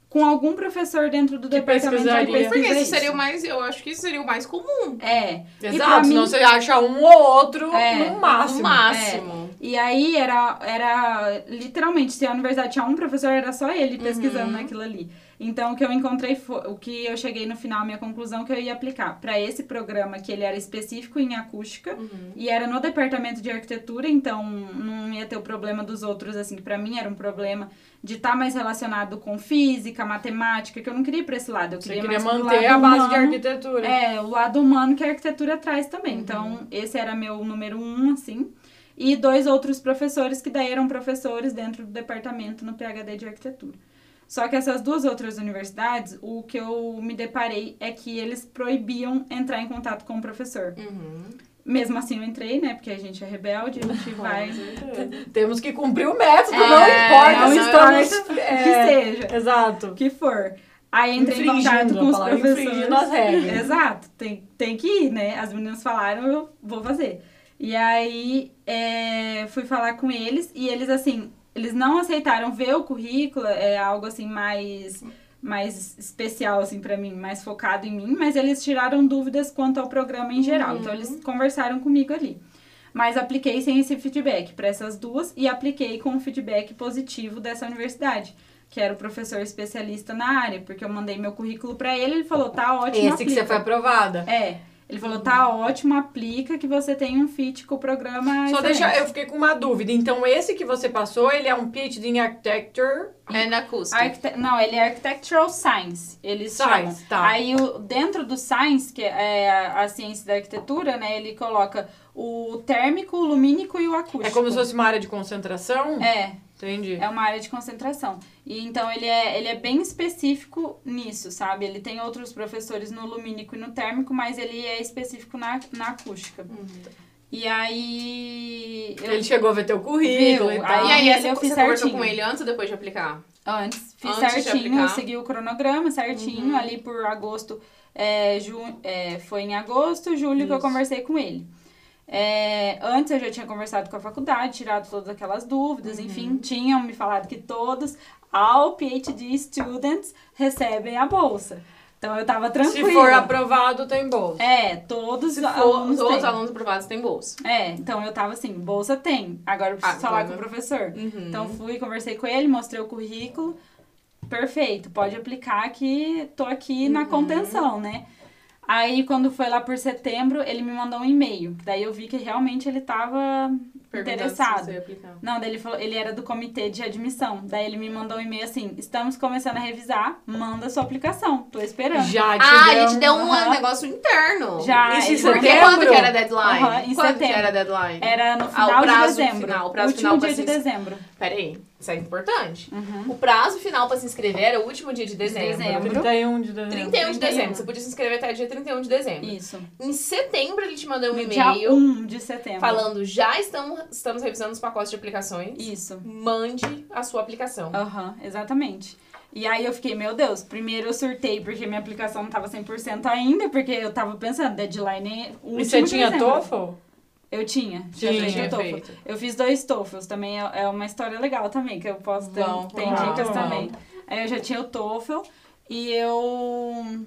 S4: com algum professor dentro do
S3: Que
S4: departamento de
S3: pesquisaria.
S4: pesquisa.
S2: Porque isso seria o mais. Eu acho que isso seria o mais comum.
S4: É, E pra
S3: Exato,
S4: mim-
S3: senão você acha um ou outro
S4: É,
S3: no máximo.
S2: No máximo.
S4: e aí era, era literalmente, se a universidade tinha um professor, era só ele pesquisando
S3: Uhum.
S4: naquilo ali. Então, o que eu encontrei, foi, o que eu cheguei no final, minha conclusão, que eu ia aplicar para esse programa, que ele era específico em acústica,
S2: É. Uhum.
S4: E era no departamento de arquitetura, então não ia ter o problema dos outros, assim, que pra mim era um problema de estar mais relacionado com física, matemática, que eu não queria ir pra esse lado, eu
S3: Você
S4: queria,
S3: queria
S4: mais pro
S3: manter a
S4: lado
S3: base de
S4: humano.
S3: arquitetura.
S4: É, o lado humano que a arquitetura traz também. Então, esse era meu número um, assim. E dois outros professores que daí eram professores dentro do departamento no PhD de arquitetura. Só que essas duas outras universidades, o que eu me deparei é que eles proibiam entrar em contato com o professor.
S2: Uhum.
S4: Mesmo assim eu entrei, né? Porque a gente é rebelde, a gente vai.
S3: Temos que cumprir o método,
S2: É,
S3: não importa
S4: não
S3: se
S4: importa
S3: estamos...
S4: O
S3: É,
S4: que seja,
S3: Exato.
S4: o que for. Aí entrei em
S3: Infringindo,
S4: contato
S3: a
S4: com os
S3: palavra
S4: professores.
S3: infringindo as regras.
S4: Exato, tem, tem que ir, né? As meninas falaram, eu vou fazer. E aí é, fui falar com eles e eles assim, eles não aceitaram ver o currículo, é algo assim mais mais especial assim para mim, mais focado em mim, mas eles tiraram dúvidas quanto ao programa em geral. Então
S3: Uhum.
S4: eles conversaram comigo ali. Mas apliquei sem esse feedback para essas duas e apliquei com o feedback positivo dessa universidade, que era o professor especialista na área, porque eu mandei meu currículo para ele, ele falou: "Tá ótimo,
S3: Esse que você
S4: aplica."
S3: foi aprovada.
S4: É. Ele falou, tá ótimo, aplica que você tem um fit com o programa.
S3: Só
S4: Ah, excelente.
S3: deixa, eu fiquei com uma dúvida. Então, esse que você passou, ele é um PhD em Architecture.
S2: É na acústica.
S4: Arquite- Não, ele é Architectural Science. Eles
S3: Science,
S4: chamam.
S3: tá.
S4: Aí, o- dentro do Science, que é a, a ciência da arquitetura, né? Ele coloca o térmico, o lumínico e o acústico.
S3: É como se fosse uma área de concentração?
S4: É,
S3: Entendi.
S4: é uma área de concentração. E então ele é, ele é bem específico nisso, sabe? Ele tem outros professores no lumínico e no térmico, mas ele é específico na, na acústica. E aí. eu-
S3: Ele chegou a ver teu currículo
S4: Viu?
S3: e tal.
S2: E aí,
S4: Tá. ele
S2: essa,
S4: eu
S2: você
S4: fiz
S2: conversou
S4: certinho.
S2: com ele antes ou depois de aplicar?
S4: Antes, fiz
S2: Antes de
S4: certinho,
S2: aplicar. Uhum.
S4: eu segui o cronograma certinho, ali por agosto, é, ju, é, foi em agosto, julho que eu
S3: Isso.
S4: conversei com ele. É, antes eu já tinha conversado com a faculdade, tirado todas aquelas
S2: Uhum.
S4: dúvidas, enfim, tinham me falado que todos, all PhD students, recebem a bolsa. Então eu tava tranquila.
S3: Se for aprovado, tem bolsa.
S4: É, todos
S2: Se
S4: os
S2: for,
S4: alunos
S2: os outros
S4: têm.
S2: alunos aprovados têm bolsa.
S4: É, então eu tava assim, bolsa tem, agora eu preciso falar
S2: Ah, Agora.
S4: com o professor.
S2: Uhum.
S4: Então fui, conversei com ele, mostrei o currículo. Perfeito, pode aplicar que tô aqui
S2: Uhum.
S4: na contenção, né? Aí quando foi lá por setembro, ele me mandou um e-mail. Daí eu vi que realmente ele tava
S2: Perguntando
S4: interessado.
S2: Se você ia aplicar.
S4: Não, daí ele falou, ele era do comitê de admissão. Daí ele me mandou um e-mail assim: "Estamos começando a revisar, manda sua aplicação. Tô esperando."
S3: Já te
S2: Ah,
S3: deu
S2: a gente deu um
S4: aham.
S2: negócio interno.
S4: Já,
S3: Isso em
S4: ele-
S2: Porque
S3: setembro?
S2: quando que era a deadline?
S4: Aham, em
S2: quando que
S4: setembro.
S2: era a deadline?
S4: era no
S2: Ah, o
S4: final
S2: prazo
S4: de dezembro.
S2: final, o prazo
S4: último
S2: final pra Uhum.
S4: dia de
S2: se-
S4: dezembro.
S2: Peraí, isso é importante. O prazo final pra se inscrever era o último dia de dezembro.
S4: dezembro.
S3: 31 de dezembro.
S2: 31 de
S4: 31.
S2: dezembro. Você podia se inscrever até dia 31 de dezembro.
S4: Isso.
S2: Em setembro, ele te mandou um
S4: No dia
S2: e-mail
S4: 1 de setembro.
S2: falando: já estamos, estamos revisando os pacotes de aplicações.
S4: Isso.
S2: Mande a sua aplicação.
S4: Aham, exatamente. E aí eu fiquei, meu Deus, primeiro eu surtei porque minha aplicação não tava 100% ainda, porque eu tava pensando, deadline é o último
S3: E você
S4: de
S3: tinha
S4: dezembro.
S3: TOEFL?
S4: Eu tinha.
S3: Tinha,
S4: já tinha TOEFL.
S2: perfeito.
S4: Eu fiz dois TOEFLs também, é é uma história legal também, que eu posso ter,
S2: Vamos,
S4: tem
S3: vamos,
S4: dicas
S3: vamos.
S4: também. Aí eu já tinha o TOEFL e eu...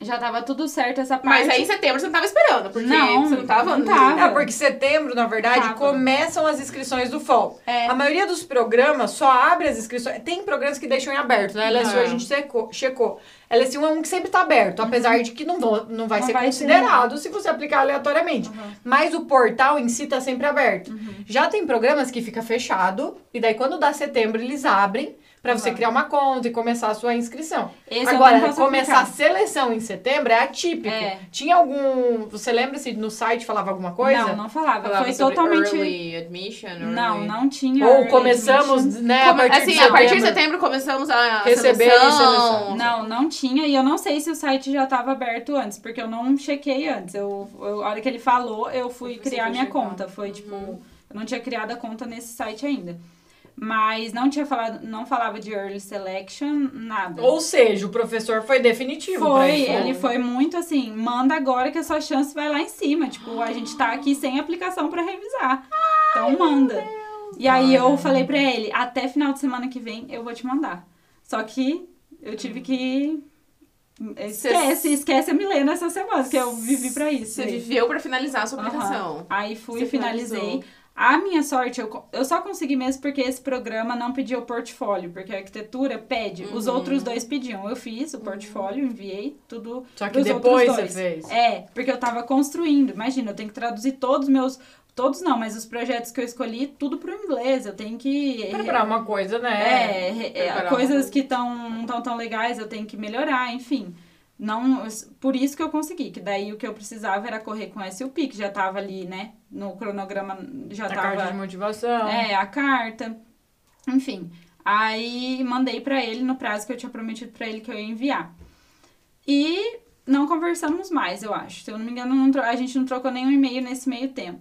S4: Já tava tudo certo essa parte.
S2: Mas aí em setembro você não tava esperando, porque
S4: Não,
S2: você não tava.
S4: não tava.
S3: É, porque setembro, na verdade,
S4: Tava.
S3: começam as inscrições do FOL.
S4: É.
S3: A maioria dos programas só abre as inscrições. Tem programas que deixam em aberto, né? LSU
S2: Ah.
S3: a gente checou. checou. LSU é um que sempre tá aberto, apesar de que não, vão, não vai
S4: Uhum. Não
S3: ser
S4: vai ser
S3: considerado se você aplicar aleatoriamente. Mas o portal em si tá sempre aberto.
S4: Uhum.
S3: Já tem programas que fica fechado, e daí quando dá setembro eles abrem pra você
S4: Uhum.
S3: criar uma conta e começar a sua inscrição.
S4: Esse é eu não
S3: Agora,
S4: posso
S3: começar a
S4: aplicar.
S3: seleção em setembro é atípico.
S4: É.
S3: Tinha algum. Você lembra se no site falava alguma coisa?
S4: Não, não falava.
S2: Falava
S4: Foi
S2: sobre
S4: totalmente...
S2: Early admission, early-
S4: Não, não tinha...
S3: Ou
S4: early
S3: começamos,
S4: admission.
S3: né,
S2: Como-
S3: a partir
S2: assim,
S3: de
S2: a partir de
S3: setembro.
S2: setembro começamos a
S3: Receber
S2: seleção.
S3: e seleção.
S4: Não, não tinha. E eu não sei se o site já estava aberto antes, porque eu não chequei antes. Eu, eu- a hora que ele falou, eu Uhum. fui
S2: Você
S4: criar
S2: foi
S4: minha
S2: checar.
S4: conta. Foi tipo, eu não tinha criado a conta nesse site ainda. Mas não tinha falado, não falava de early selection, nada.
S3: Ou seja, o professor foi definitivo. pra
S4: Foi,
S3: isso, né?
S4: ele foi muito assim, manda agora que a sua chance vai lá em cima. Tipo, a gente tá aqui sem aplicação pra revisar. então manda. E aí eu falei pra ele, até final de semana que vem eu vou te mandar. Só que eu tive que. hum, Esquece, esquece a Milena essa semana, que eu vivi pra isso.
S2: Você
S4: Aí-
S2: viveu pra finalizar a sua
S4: Aham.
S2: aplicação.
S4: Aí fui
S2: Você
S4: e finalizei.
S2: finalizou.
S4: A minha sorte, eu, co- eu só consegui mesmo porque esse programa não pedia o portfólio, porque a arquitetura pede.
S3: Uhum.
S4: Os outros dois pediam. Eu fiz o portfólio, enviei tudo.
S3: Só que
S4: dos
S3: depois
S4: outros
S3: você
S4: dois.
S3: fez.
S4: É, porque eu tava construindo. Imagina, eu tenho que traduzir todos os meus. Todos não, mas os projetos que eu escolhi, tudo pro inglês. Eu tenho que.
S3: Preparar uma coisa, né?
S4: É, re- é,
S3: preparar
S4: coisas
S3: uma-
S4: que tão, não estão tão legais eu tenho que melhorar, enfim. Não, por isso que eu consegui, que daí o que eu precisava era correr com o SUP, que já tava ali, né? No cronograma já
S3: a
S4: tava.
S3: carta de motivação.
S4: É, a carta. Enfim. Aí mandei pra ele no prazo que eu tinha prometido pra ele que eu ia enviar. E não conversamos mais, eu acho. Se eu não me engano, não tro- a gente não trocou nenhum e-mail nesse meio tempo.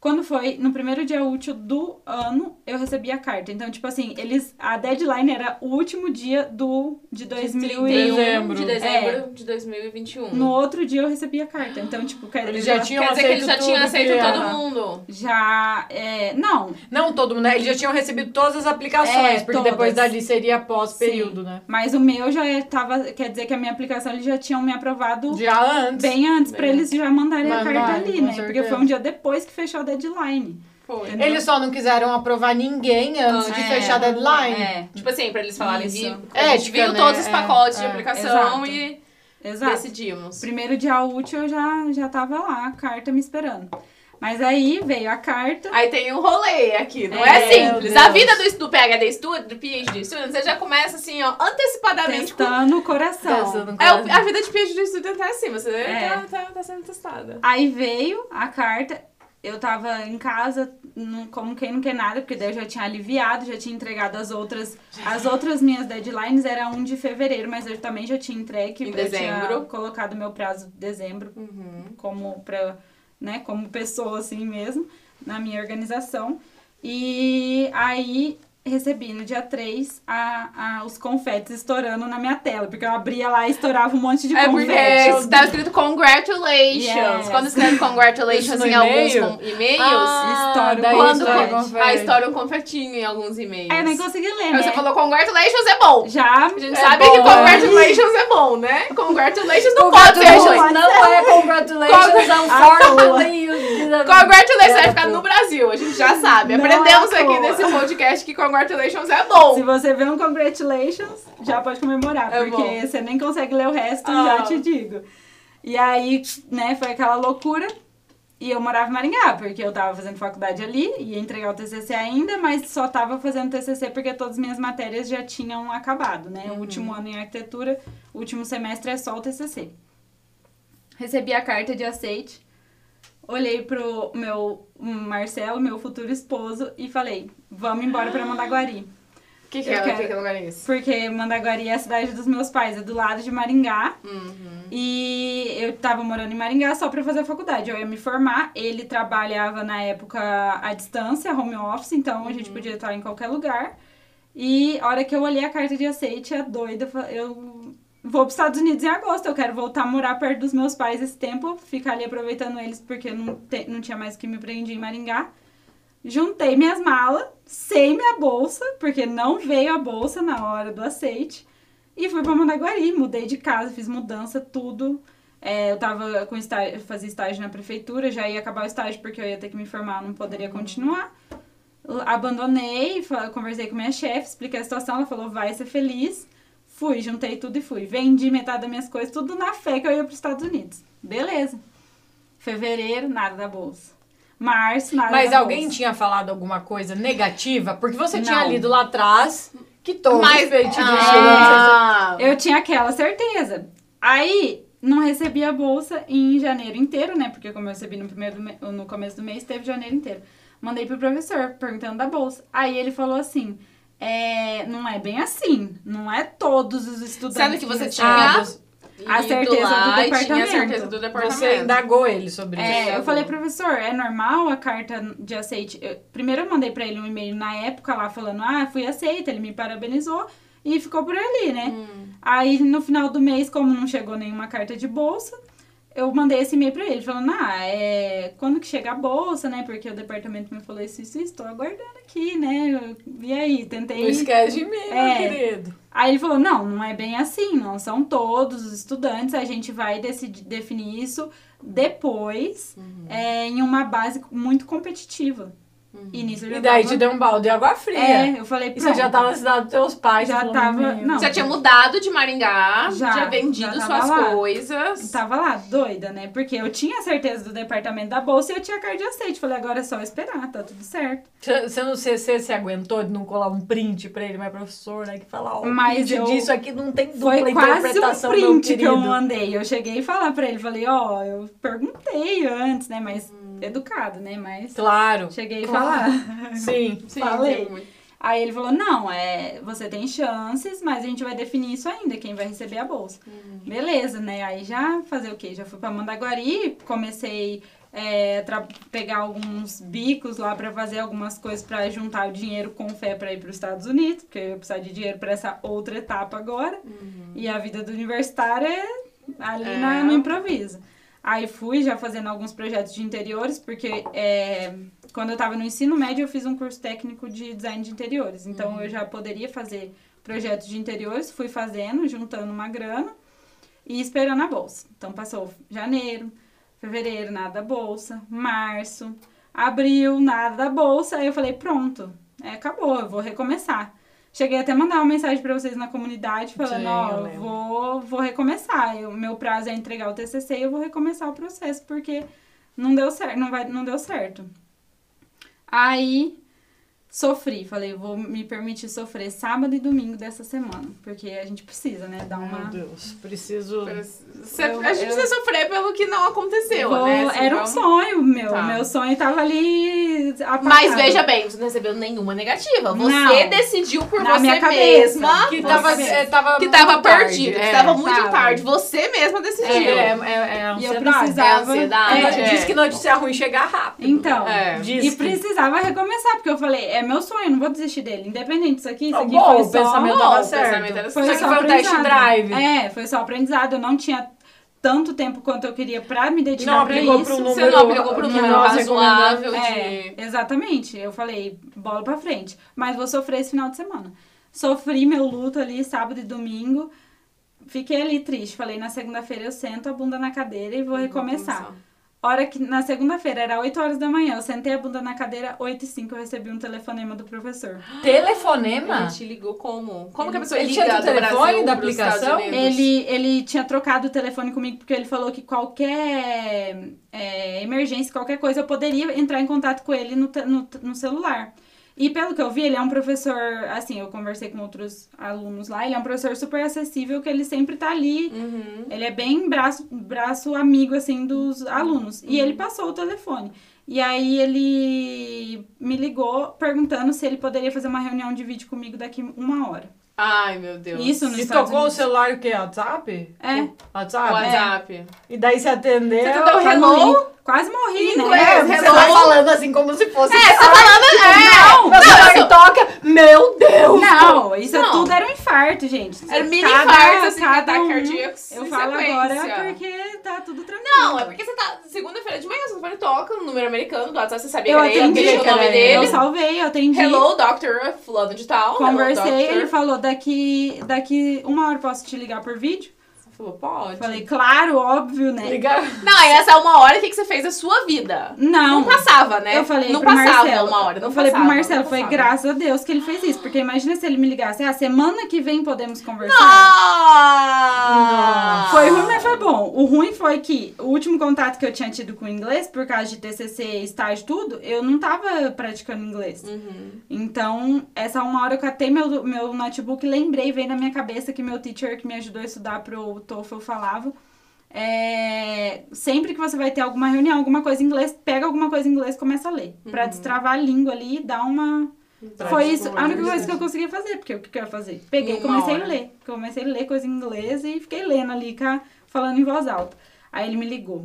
S4: Quando foi, no primeiro dia útil do ano, eu recebi a carta. Então, tipo assim, eles a deadline era o último dia do de 2001.
S3: dezembro.
S2: um de dezembro de 2021.
S4: No outro dia eu recebi a carta. Então, tipo, quer
S3: Eles
S4: dizer,
S3: já tinham
S2: Quer dizer que ele
S3: aceito
S2: já tinha
S3: tudo
S2: aceito
S3: que-
S2: todo
S3: Aham.
S2: mundo.
S4: já é, não,
S3: Não todo mundo, né? Eles já tinham recebido todas as aplicações,
S4: É,
S3: porque
S4: todas.
S3: depois dali seria pós-período,
S4: Sim.
S3: né?
S4: Mas o meu já é- tava. Quer dizer que a minha aplicação eles já tinham me aprovado
S3: Já antes.
S4: bem antes, pra
S2: Bem
S4: eles já mandarem a
S3: Mandaram,
S4: carta
S3: É.
S4: ali,
S3: com
S4: né? Porque
S3: certeza.
S4: foi um dia depois que fechou a deadline.
S2: Foi.
S4: Entendeu?
S3: Eles só não quiseram aprovar ninguém antes de
S4: né? É.
S3: fechar a deadline.
S4: É,
S2: Tipo assim, pra eles falarem,
S4: Isso.
S2: vi, a gente
S3: Ética,
S2: viu
S3: né?
S2: todos os
S3: É,
S2: pacotes de
S3: é,
S2: aplicação
S4: exato.
S2: e
S4: exato.
S2: decidimos.
S4: Primeiro dia útil eu já, já tava lá, a carta me esperando. Mas aí veio a carta.
S2: Aí tem um rolê aqui, não
S4: É,
S2: é,
S3: meu
S2: simples.
S3: Deus.
S2: A vida do, do PHD Student, do PhD Student, você já começa assim, ó, antecipadamente com...
S4: Testando o coração.
S3: Pensando com-
S2: É, o- a vida de PhD Student é assim, você
S4: É.
S2: tá, tá- tá sendo testada.
S4: Aí veio a carta. Eu tava em casa, não- como quem não quer nada, porque daí eu já tinha aliviado, já tinha entregado as outras. As outras minhas deadlines era 1 de fevereiro, mas eu também já tinha entregue. que
S2: Em
S4: eu
S2: dezembro. Uhum.
S4: tinha colocado meu prazo de dezembro Uhum. como pra, né, como pessoa assim mesmo, na minha organização. E aí recebi no dia 3 a, a- os confetes estourando na minha tela, porque eu abria lá e estourava um monte de
S2: É porque
S4: confetes.
S2: tá escrito congratulations.
S4: Yes.
S2: Quando escreve
S3: Isso
S2: congratulations
S3: no
S2: em alguns
S3: e-mail?
S2: com- e-mails,
S4: estoura
S3: daí
S2: quando
S3: estoura
S4: confete.
S3: confete.
S2: a Ah, história é um confetinho em alguns e-mails.
S4: Aí eu nem consegui ler,
S2: Aí
S4: né?
S2: você falou congratulations é bom.
S4: Já
S2: A gente
S4: é
S2: sabe
S4: bom,
S2: que
S4: né?
S2: congratulations é bom, né? Congratulations não pode ser ruim.
S3: Congratulations não é congratulations, é um forte.
S2: Congratulations vai ficar no Brasil, a gente já sabe.
S4: Não
S2: Aprendemos
S4: é à
S2: aqui
S4: toa.
S2: nesse podcast que congratulations é bom.
S4: Se você vê um congratulations, já pode comemorar,
S2: É
S4: porque
S2: bom.
S4: você nem consegue ler o resto,
S2: Ah.
S4: já te digo. E aí, né, foi aquela loucura. E eu morava em Maringá, porque eu tava fazendo faculdade ali, ia entregar o TCC ainda, mas só tava fazendo TCC porque todas as minhas matérias já tinham acabado, né? O
S2: Uhum.
S4: último ano em arquitetura, o último semestre é só o TCC. Recebi a carta de aceite, olhei pro meu Marcelo, meu futuro esposo, e falei: vamos embora pra Mandaguari.
S2: O que, que
S4: Eu
S2: é?
S4: quero-
S2: Que, que lugar é esse?
S4: Porque Mandaguari é a cidade dos meus pais, é do lado de Maringá. E eu tava morando em Maringá só pra fazer a faculdade. Eu ia me formar. Ele trabalhava na época à distância, home office, então a gente podia estar em qualquer lugar. E a hora que eu olhei a carta de aceite, a doida, fa- eu vou pros Estados Unidos em agosto. Eu quero voltar a morar perto dos meus pais esse tempo, ficar ali aproveitando eles, porque não, te- não tinha mais o que me prender em Maringá. Juntei minhas malas, sem minha bolsa, porque não veio a bolsa na hora do aceite. E fui pra Mandaguari, mudei de casa, fiz mudança, tudo. É, eu tava com estágio, fazia estágio na prefeitura, já ia acabar o estágio porque eu ia ter que me formar, não poderia
S3: Uhum.
S4: continuar. L- Abandonei, fa- conversei com minha chefe, expliquei a situação, ela falou, vai ser feliz. Fui, juntei tudo e fui. Vendi metade das minhas coisas, tudo na fé que eu ia pros Estados Unidos. Beleza. Fevereiro, nada da bolsa. Março, nada
S3: Mas
S4: da
S3: alguém
S4: bolsa.
S3: tinha falado alguma coisa negativa? Porque você tinha
S4: Não.
S3: lido lá atrás que todos
S2: Mas-
S3: feitiços
S2: Ah,
S4: Eu tinha aquela certeza. Aí, não recebi a bolsa em janeiro inteiro, né? Porque como eu recebi no, primeiro do me- no começo do mês, teve janeiro inteiro. Mandei pro professor, perguntando da bolsa. Aí ele falou assim, é, não é bem assim. Não é todos os estudantes...
S2: Sendo que você
S4: recebem.
S2: tinha
S3: Ah, você-
S4: a
S2: ido
S4: certeza
S2: lá
S4: do
S2: e Tinha a
S4: departamento.
S2: certeza do departamento.
S3: Você indagou ele sobre isso.
S4: É, eu falei, professor, é normal a carta de aceite? Eu- primeiro eu mandei pra ele um e-mail na época lá falando, ah, fui aceita, ele me parabenizou e ficou por ali, né?
S3: Hum.
S4: Aí no final do mês, como não chegou nenhuma carta de bolsa, eu mandei esse e-mail pra ele falando, ah, é, quando que chega a bolsa, né? Porque o departamento me falou isso, isso, isso, tô aguardando aqui, né? E aí, tentei...
S3: Não esquece de mim,
S4: É.
S3: meu querido.
S4: Aí ele falou: não, não é bem assim, não são todos os estudantes, a gente vai decidir, definir isso depois é, em uma base muito competitiva. E nisso eu já
S3: E daí
S4: tava-
S3: te deu um balde de água fria.
S4: É, eu falei,
S3: E você já
S4: "Pronto."
S3: tava na cidade dos teus pais.
S4: Já
S3: falou,
S4: tava-
S3: "Meu".
S4: não.
S2: Você já tinha mudado de Maringá, já,
S4: Já,
S2: vendido
S4: já tava
S2: suas
S4: lá. Então,
S2: coisas.
S4: Tava lá, doida, né? Porque eu tinha certeza do departamento da bolsa e eu tinha cardiacete. Falei, agora é só esperar, tá tudo certo.
S3: Você você não sei se você aguentou de não colar um print pra ele, mas professor, né? Que falar, ó,
S4: Mas
S3: o print
S4: eu-
S3: disso aqui não tem dupla
S4: Foi quase um
S3: interpretação, meu
S4: print que
S3: querido.
S4: eu mandei. Eu cheguei a falar pra ele, falei, ó, eu perguntei antes, né? Mas educado, né? Mas
S3: Claro.
S4: cheguei
S3: Então,
S4: a
S3: Claro.
S4: falar.
S3: Sim.
S2: Sim,
S4: Falei.
S2: teve muito.
S4: Aí ele falou: não, é, você tem chances, mas a gente vai definir isso ainda, quem vai receber a bolsa. Beleza, né? Aí já fazer o quê? Já fui pra Mandaguari, comecei é, tra- pegar alguns bicos lá pra fazer algumas coisas pra juntar o dinheiro com fé pra ir pros Estados Unidos, porque eu ia precisar de dinheiro pra essa outra etapa agora. E a vida do universitário é ali
S2: É.
S4: na- no improviso. Aí fui já fazendo alguns projetos de interiores, porque é, quando eu tava no ensino médio eu fiz um curso técnico de design de interiores. Então
S3: Uhum.
S4: eu já poderia fazer projetos de interiores, fui fazendo, juntando uma grana e esperando a bolsa. Então passou janeiro, fevereiro, nada da bolsa, março, abril, nada da bolsa. Aí eu falei, pronto, é, acabou, eu vou recomeçar. Cheguei até a mandar uma mensagem pra vocês na comunidade falando,
S3: Sim, eu
S4: ó,
S3: lembro.
S4: vou, vou recomeçar. O meu prazo é entregar o TCC e eu vou recomeçar o processo porque não deu certo, não vai, não deu certo. Aí sofri, falei, vou me permitir sofrer sábado e domingo dessa semana, porque a gente precisa, né, dar uma
S3: Meu Deus, preciso...
S2: Você-
S4: Eu-
S2: a gente
S4: eu-
S2: precisa sofrer pelo que não aconteceu,
S4: Vou-
S2: né? Assim,
S4: era um
S2: vamos-
S4: sonho meu.
S2: Tá.
S4: Meu sonho tava ali. Apagado.
S2: Mas veja bem, você não recebeu nenhuma negativa. Você
S4: Não.
S2: decidiu por
S4: Na
S2: você
S4: minha cabeça.
S2: mesma
S3: Que
S4: Você
S3: tava,
S4: mesmo.
S3: é, tava
S2: que
S3: muito
S2: tava
S3: tarde,
S2: perdido, que
S3: é.
S2: tava muito
S4: sabe?
S2: tarde. Você mesma
S3: É,
S2: decidiu.
S3: é, é, é
S4: E eu
S3: ansiedade.
S4: precisava.
S2: É ansiedade,
S4: é.
S2: é.
S3: Diz que notícia ruim chega rápido.
S4: Então.
S2: É.
S3: Diz
S4: E
S3: que-
S4: precisava recomeçar, porque eu falei, é meu sonho, não vou desistir dele. Independente disso aqui, isso
S3: Não,
S4: aqui
S3: Tá bom,
S4: foi
S3: o
S4: só... um
S3: pensamento
S2: Bom,
S3: tava
S2: o pensamento era
S3: certo.
S2: só
S3: Só que
S2: que
S3: foi um test
S4: aprendizado.
S3: drive.
S4: É, foi só aprendizado. Eu não tinha tanto tempo quanto eu queria pra me dedicar
S3: Não
S4: pra
S3: aplicou
S4: isso.
S3: pro número.
S2: Você não aplicou pro
S3: que
S2: número
S3: nós
S2: razoável de.
S4: É, exatamente. Eu falei, bola pra frente. Mas vou sofrer esse final de semana. Sofri meu luto ali sábado e domingo. Fiquei ali triste. Falei, na segunda-feira eu sento a bunda na cadeira e vou
S2: Uhum,
S4: recomeçar. Hora que na segunda-feira era 8 horas da manhã, eu sentei a bunda na cadeira, 8 e 5 eu recebi um telefonema do professor.
S3: Telefonema?
S2: Ele te ligou como? Como que a pessoa
S3: Ele
S2: liga
S3: tinha
S2: do
S3: do telefone,
S2: Brasil
S3: da
S2: pros
S3: aplicação?
S2: Estados Unidos?
S4: Ele, ele tinha trocado o telefone comigo porque ele falou que qualquer é, emergência, qualquer coisa, eu poderia entrar em contato com ele no, te- no, no celular. E pelo que eu vi, ele é um professor, assim, eu conversei com outros alunos lá, ele é um professor super acessível, que ele sempre tá ali,
S2: Uhum.
S4: ele é bem braço, braço amigo, assim, dos alunos. E
S2: Uhum.
S4: ele passou o telefone. E aí ele me ligou perguntando se ele poderia fazer uma reunião de vídeo comigo daqui uma hora.
S2: Ai, meu Deus.
S4: Isso nos
S3: Se
S4: Estados
S3: tocou o
S4: Unidos.
S3: celular o quê? WhatsApp?
S4: É.
S3: WhatsApp?
S2: WhatsApp.
S3: E daí você atendeu.
S2: Você tentou
S3: tá
S2: hello?
S3: morrendo.
S4: Quase morri, né?
S2: inglês,
S3: É, você
S2: hello?
S3: tá falando assim como se fosse.
S2: É, você tá falando.
S4: tipo,
S2: É!
S3: Meu celular toca. Meu Deus!
S4: Não, isso
S2: Não.
S4: tudo era um infarto, gente.
S2: Era mini
S4: Cada-
S2: infarto, assim, ataque
S4: um-
S2: cardíaco.
S4: Eu
S2: em
S4: falo
S2: sequência.
S4: agora porque tá tudo tranquilo.
S2: Não, é porque você tá. Segunda-feira de manhã, você não toca no número americano do WhatsApp, você sabia
S4: eu
S2: que era ele,
S4: atendi,
S2: ele, o nome
S3: cara,
S4: eu
S2: dele.
S4: salvei, eu atendi.
S2: Hello, Dr. Fulano de Tal. Hello,
S4: Conversei,
S2: doctor.
S4: ele falou, daqui, daqui uma hora posso te ligar por vídeo?
S2: Você falou, pode.
S4: Eu falei, claro, óbvio, né?
S3: Ligar.
S2: Não, aí essa é uma hora, o que que você fez da sua vida?
S4: Não.
S2: Não passava, né?
S4: Eu falei
S2: não
S4: pro
S2: passava
S4: Marcelo,
S2: uma hora. Não
S4: eu falei
S2: passava,
S4: pro Marcelo,
S2: não
S4: foi
S2: passava.
S4: graças a Deus que ele fez isso. Porque imagina se ele me ligasse, ah, semana que vem podemos conversar.
S2: Ah!
S4: Foi ruim, mas foi bom. O ruim foi que o último contato que eu tinha tido com o inglês, por causa de TCC, estágio, tudo, eu não tava praticando inglês.
S2: Uhum.
S4: Então, essa uma hora eu catei meu, meu notebook, lembrei, veio na minha cabeça que meu teacher que me ajudou a estudar pro TOEFL falava. é, sempre que você vai ter alguma reunião, alguma coisa em inglês, pega alguma coisa em inglês e começa a ler. Pra destravar a língua ali e dar uma,
S3: Pra
S4: Foi
S3: descobrir
S4: isso, a única coisa que eu
S3: universidade.
S4: conseguia fazer, porque o que que eu ia fazer? Peguei
S2: Em
S4: e
S2: uma
S4: comecei
S2: hora.
S4: a ler. Comecei a ler coisa em inglês e fiquei lendo ali, ca- falando em voz alta. Aí ele me ligou.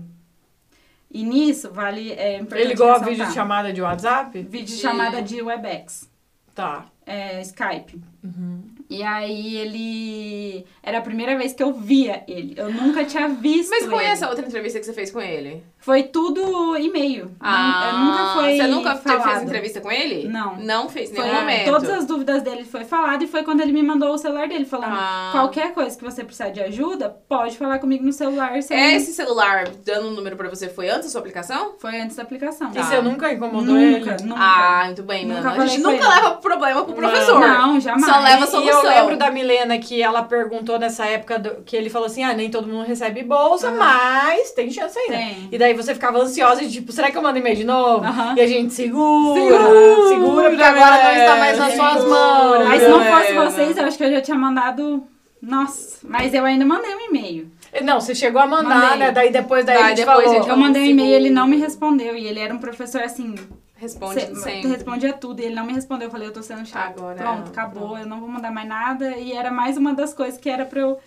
S4: E nisso, vale. É, importante
S3: Ele ligou a
S4: ressaltar.
S3: vídeo de chamada de WhatsApp?
S4: Vídeo
S2: De-
S4: chamada de Webex,
S3: Tá.
S4: é, Skype.
S2: Uhum.
S4: E aí ele. Era a primeira vez que eu via ele. Eu nunca tinha visto.
S2: Mas
S4: ele.
S2: conhece a outra entrevista que você fez com ele?
S4: Foi tudo e-mail.
S2: Ah,
S4: Não- eu nunca foi.
S2: Você nunca te- fez
S4: falado.
S2: entrevista com ele?
S4: Não.
S2: Não fez, em
S4: Foi, é,
S2: nenhum momento.
S4: todas as dúvidas dele foi falado e foi quando ele me mandou o celular dele falando
S2: Ah.
S4: qualquer coisa que você precisar de ajuda pode falar comigo no celular sem...
S2: É Esse celular dando um número pra você foi antes da sua aplicação?
S4: foi antes da aplicação
S3: E
S2: Tá.
S3: você nunca incomodou
S4: nunca
S3: ele?
S4: nunca
S2: Ah, muito bem,
S4: Nunca
S2: mano. A gente
S4: falei com
S2: nunca
S4: ele.
S2: leva problema pro professor.
S4: não jamais
S2: Só leva
S3: E-
S2: solução.
S3: E eu lembro da Milena que ela perguntou nessa época do- que ele falou assim: ah, nem todo mundo recebe bolsa, mas tem chance ainda.
S4: Tem.
S3: E daí você ficava ansiosa de tipo, será que eu mando e-mail de novo?
S4: Aham.
S3: E a gente segura,
S4: Segura, é,
S3: segura, porque agora não está mais nas
S2: Segura.
S3: suas mãos.
S4: mas se não fosse
S2: Helena.
S4: vocês eu acho que eu já tinha mandado nossa mas eu ainda mandei um e-mail
S3: Não, você chegou a mandar,
S4: Mandei.
S3: né? Daí depois daí
S2: Daí
S3: a gente
S2: depois
S3: falou.
S2: a gente-
S4: eu mandei um e-mail ele não me respondeu e ele era um professor assim
S2: Responde
S4: se-
S2: sempre.
S4: respondia tudo e ele não me respondeu eu falei eu tô sendo chato
S2: Agora-
S4: pronto acabou eu não vou mandar mais nada e era mais uma das coisas que era pra eu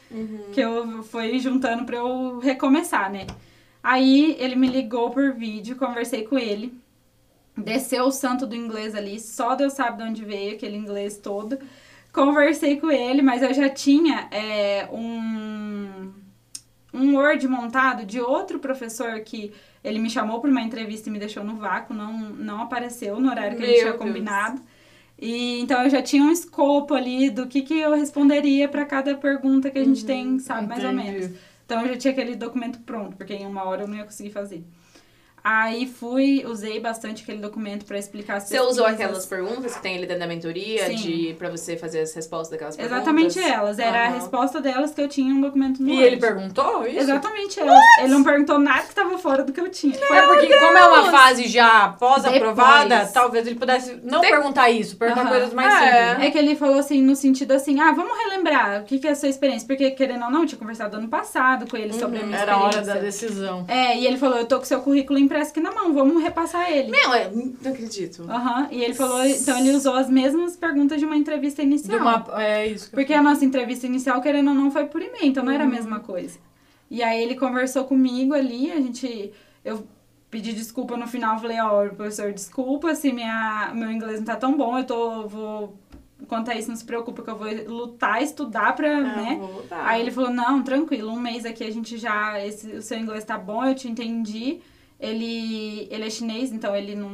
S4: que eu fui juntando pra eu recomeçar, né? Aí ele me ligou por vídeo, conversei com ele. Desceu o santo do inglês ali, só Deus sabe de onde veio aquele inglês todo. Conversei com ele, mas eu já tinha é, um, um Word montado de outro professor que ele me chamou para uma entrevista e me deixou no vácuo, não, não apareceu no horário que a
S2: Meu
S4: gente tinha
S2: Deus.
S4: combinado. E então eu já tinha um escopo ali do que, que eu responderia para cada pergunta que a
S2: Uhum.
S4: gente tem, sabe, mais ou
S3: Entendi.
S4: menos. Então eu já tinha aquele documento pronto, porque em uma hora eu não ia conseguir fazer. Aí fui, usei bastante aquele documento para explicar as
S2: Você usou
S4: pesquisas.
S2: aquelas perguntas que tem ali dentro da mentoria
S4: Sim.
S2: de pra você fazer as respostas daquelas perguntas?
S4: Exatamente elas. Era a
S2: Aham.
S4: resposta delas que eu tinha um documento no
S3: E
S4: Word.
S3: ele perguntou isso?
S4: Exatamente elas. Ele não perguntou nada que tava fora do que eu tinha.
S3: Foi porque, como é uma fase já pós-aprovada,
S4: Depois.
S3: talvez ele pudesse não
S2: Tem-
S3: perguntar isso, perguntar
S4: Aham.
S3: coisas mais
S2: É.
S3: simples. né?
S4: É que ele falou assim, no sentido assim, ah, vamos relembrar o que, que é a sua experiência. Porque, querendo ou não, eu tinha conversado ano passado com ele sobre a minha
S3: Uhum. Era a hora
S4: experiência.
S3: da decisão.
S4: É, e ele falou, eu tô com seu currículo impresso aqui na mão, vamos repassar ele.
S2: Meu, é- não acredito.
S4: Aham, e ele falou, então ele usou as mesmas perguntas de uma entrevista
S3: De
S4: inicial.
S3: uma, é isso. que eu-
S4: Porque a nossa entrevista inicial, querendo ou não, foi por e-mail, então não era a mesma
S3: Uhum.
S4: coisa. E aí ele conversou comigo ali, a gente. Eu pedi desculpa no final, falei, ó, professor, desculpa se minha, meu inglês não tá tão bom, eu tô. Vou. Quanto a isso, não se preocupa que eu vou lutar, estudar pra,
S3: É, Ah,
S4: né?
S2: vou voltar.
S4: Aí ele falou, não, tranquilo, um mês aqui a gente já. esse- o seu inglês tá bom, eu te entendi. Ele, ele é chinês, então ele não,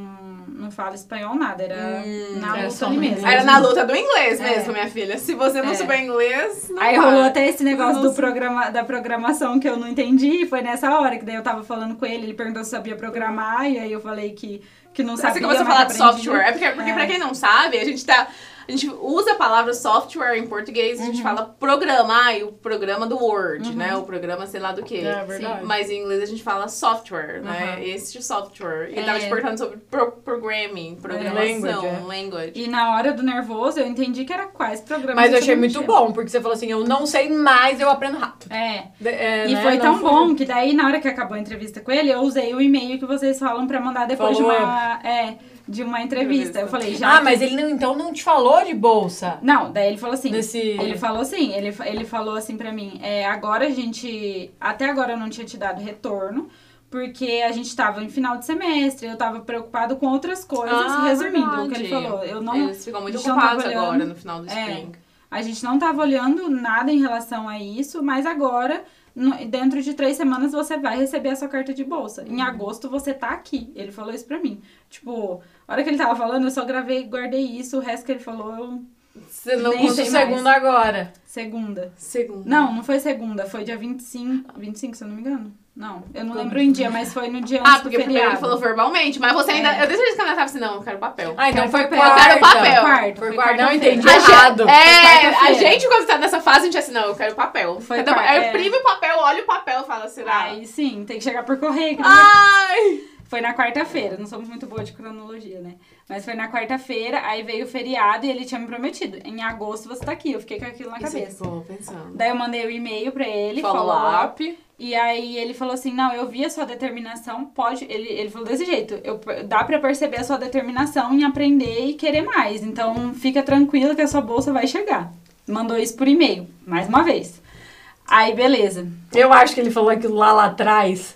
S4: não fala espanhol, nada. Era na
S3: Hum, era
S4: luta
S3: só
S4: ali
S3: no
S4: mesmo.
S3: inglês.
S2: Era na luta do inglês
S4: É.
S2: mesmo, minha filha. Se você não
S4: É.
S2: souber inglês, não
S4: Aí
S2: vai.
S4: rolou até esse negócio do
S2: Nossa.
S4: programa, da programação que eu não entendi, e foi nessa hora que daí eu tava falando com ele, ele perguntou se eu sabia programar, e aí eu falei que, que não sabia.
S2: Você começou a
S4: mas
S2: falar de
S4: aprendi.
S2: software. É porque, porque
S4: É.
S2: pra quem não sabe, a gente tá. A gente usa a palavra software em português, a
S4: Uhum.
S2: gente fala programa, ai, o programa do Word, né? O programa sei lá do quê.
S3: É verdade.
S2: Mas em inglês a gente fala software, né?
S4: Aham.
S2: Este software. E
S4: É.
S2: tava te perguntando sobre pro- programming, programação,
S3: Language, é.
S2: language.
S4: E na hora do nervoso eu entendi que era quase programa.
S3: Mas
S4: que
S3: eu achei muito
S4: não
S3: bom, porque você falou assim, eu não sei, mas eu aprendo rápido.
S4: tinha. É.
S3: De- é,
S4: E
S3: né?
S4: foi
S3: Não
S4: tão bom que daí, na hora que acabou a entrevista com ele, eu usei o e-mail que vocês falam pra mandar depois de
S3: Follow
S4: uma, é, de uma entrevista. Eu falei, já.
S3: Ah, mas ele não, então não te falou de bolsa.
S4: Não, daí ele falou assim.
S3: Desse...
S4: Ele falou assim, ele, fa- ele falou assim pra mim, é, agora a gente, até agora eu não tinha te dado retorno, porque a gente tava em final de semestre, eu tava preocupado com outras coisas,
S2: Ah,
S4: resumindo o que
S2: verdade.
S4: ele falou, eu não,
S3: É,
S2: Eles ficam muito
S4: eles não
S2: ocupados
S4: tão
S2: agora
S4: olhando.
S2: no final do
S4: É.
S2: spring.
S4: a gente não tava olhando nada em relação a isso, mas agora, no- dentro de três semanas você vai receber a sua carta de bolsa,
S2: Uhum.
S4: em agosto você tá aqui, ele falou isso pra mim, tipo, a hora que ele tava falando eu só gravei, guardei isso, o resto que ele falou, eu,
S2: Você não
S4: Nem
S3: Isso
S4: sei
S2: consegue.
S4: mais.
S3: segundo agora.
S4: segunda.
S2: Segundo.
S4: Não, não foi segunda, foi dia 25. 25, se eu não me engano. Não, eu não lembro em dia, mas foi no dia antes
S2: Ah, porque
S4: do
S2: primeiro
S4: tipo, feriado.
S2: ele falou verbalmente, mas você ainda.
S4: É.
S2: Eu deixo de cantar assim, não, eu quero papel.
S3: Ah, então
S4: Quero
S3: foi
S4: papel.
S3: quarta.
S2: Eu quero papel.
S4: Quarta,
S3: Foi
S4: foi
S3: quarta. Não
S4: quarta-feira.
S3: entendi
S2: A gente- É,
S3: errado.
S2: a
S4: quarta-feira.
S2: gente quando tá nessa fase, a gente é assim, não, eu quero papel.
S4: Foi
S2: Cadê o pa-
S4: quarta,
S2: eu
S4: é.
S2: imprimo o papel, olho o papel e falo, será?
S4: Aí
S2: Ah,
S4: sim, tem que chegar por correio. que não- é
S2: Ai!
S4: Foi na quarta-feira, não somos muito boas de cronologia, né? Mas foi na quarta-feira, aí veio o feriado e ele tinha me prometido. Em agosto você tá aqui. Eu fiquei com aquilo na
S2: Você
S4: cabeça.
S2: ficou pensando.
S4: Daí eu mandei o e-mail pra ele, follow-up.
S2: Follow-up.
S4: E aí ele falou assim: não, eu vi a sua determinação, pode. Ele, ele falou desse jeito: eu, dá pra perceber a sua determinação em aprender e querer mais. Então fica tranquila que a sua bolsa vai chegar. Mandou isso por e-mail, mais uma vez. Aí, beleza.
S3: Eu acho que ele falou aquilo lá, lá atrás.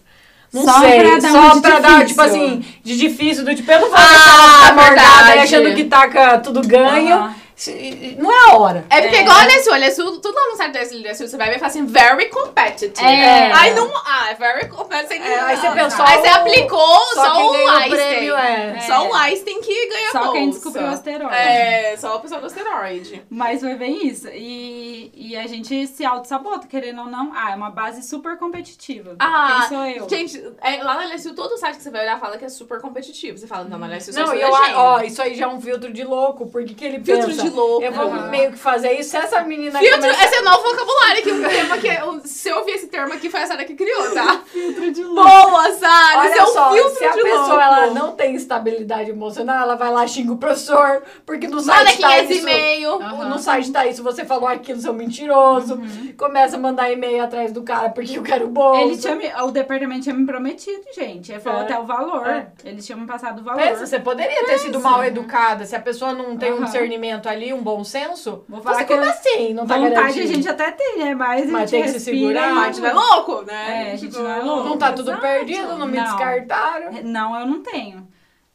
S3: Não
S4: Só
S3: sei,
S4: pra dar uma
S3: só
S4: de
S3: pra dar,
S4: difícil.
S3: tipo assim, de difícil, do tipo, eu não vou
S2: Ah,
S3: deixar ela ficar
S2: verdade.
S3: acordada, achando que taca tudo ganho.
S4: Aham.
S3: Se- Não é a hora.
S2: É porque
S4: É.
S2: igual a LSU, LSU, tudo lá no site da LSU, você vai ver e fala assim, very competitive.
S4: É.
S2: Aí não, ah, é very competitive.
S3: É, aí você
S2: não.
S3: pensou,
S2: Aí você
S3: o-
S2: aplicou, só,
S3: quem
S2: o
S3: ganhou
S2: Einstein.
S3: prêmio é.
S2: Só o
S4: É.
S2: Einstein que ganha
S4: Só
S2: bolsa.
S4: quem descobriu o asteroide.
S2: É, só o pessoal do asteroide.
S4: Mas foi bem isso. E, e a gente se auto-sabota, querendo ou não. Ah, é uma base super competitiva.
S2: Ah,
S4: Quem sou eu?
S2: Gente, é, lá na LSU, todo site que você vai olhar fala que é super competitivo. Você fala, não, na LSU só
S3: Não,
S2: estuda
S3: eu, a-
S2: gênio.
S3: ó, isso aí já é um filtro de louco, porque que ele
S2: Filtro de
S3: pensa,
S2: louco.
S3: Eu vou
S4: Aham.
S3: meio que fazer isso, se essa menina
S2: Filtro,
S3: começa-
S2: esse é o novo vocabulário que o tema que é- o- se eu ouvir esse termo aqui foi a Sara que criou, tá?
S4: Filtro de luz.
S2: Boa, Sara,
S3: Olha
S2: isso é um
S3: só,
S2: filtro
S3: se a
S2: de
S3: pessoa
S2: louco.
S3: ela não tem estabilidade emocional, ela vai lá xinga o professor, porque no site
S2: Manda
S3: tá
S2: 500
S3: isso.
S2: e-mail.
S4: Aham.
S3: No site tá isso, você falou aquilo, seu mentiroso. Começa a mandar e-mail atrás do cara porque eu quero bolsa.
S4: Ele tinha me- o departamento tinha me prometido, gente. Ele falou
S3: É.
S4: até o valor.
S3: É.
S4: Eles tinham me passado o valor.
S3: Pensa, você poderia ter sido mal educada se a pessoa não tem um
S4: Aham.
S3: discernimento ali, um bom senso.
S4: Vou falar
S3: Você
S4: que eu-
S3: como assim? Não tá
S4: vontade
S3: garantido.
S4: a gente até tem, né? Mas, a
S3: Mas
S4: gente
S3: tem que se
S4: respira
S3: segurar.
S4: e-
S2: A gente não é louco, né?
S4: É, a gente não é louco.
S3: Não tá tudo
S4: Exato.
S3: perdido, não me
S4: Não.
S3: descartaram.
S4: Não, eu não tenho.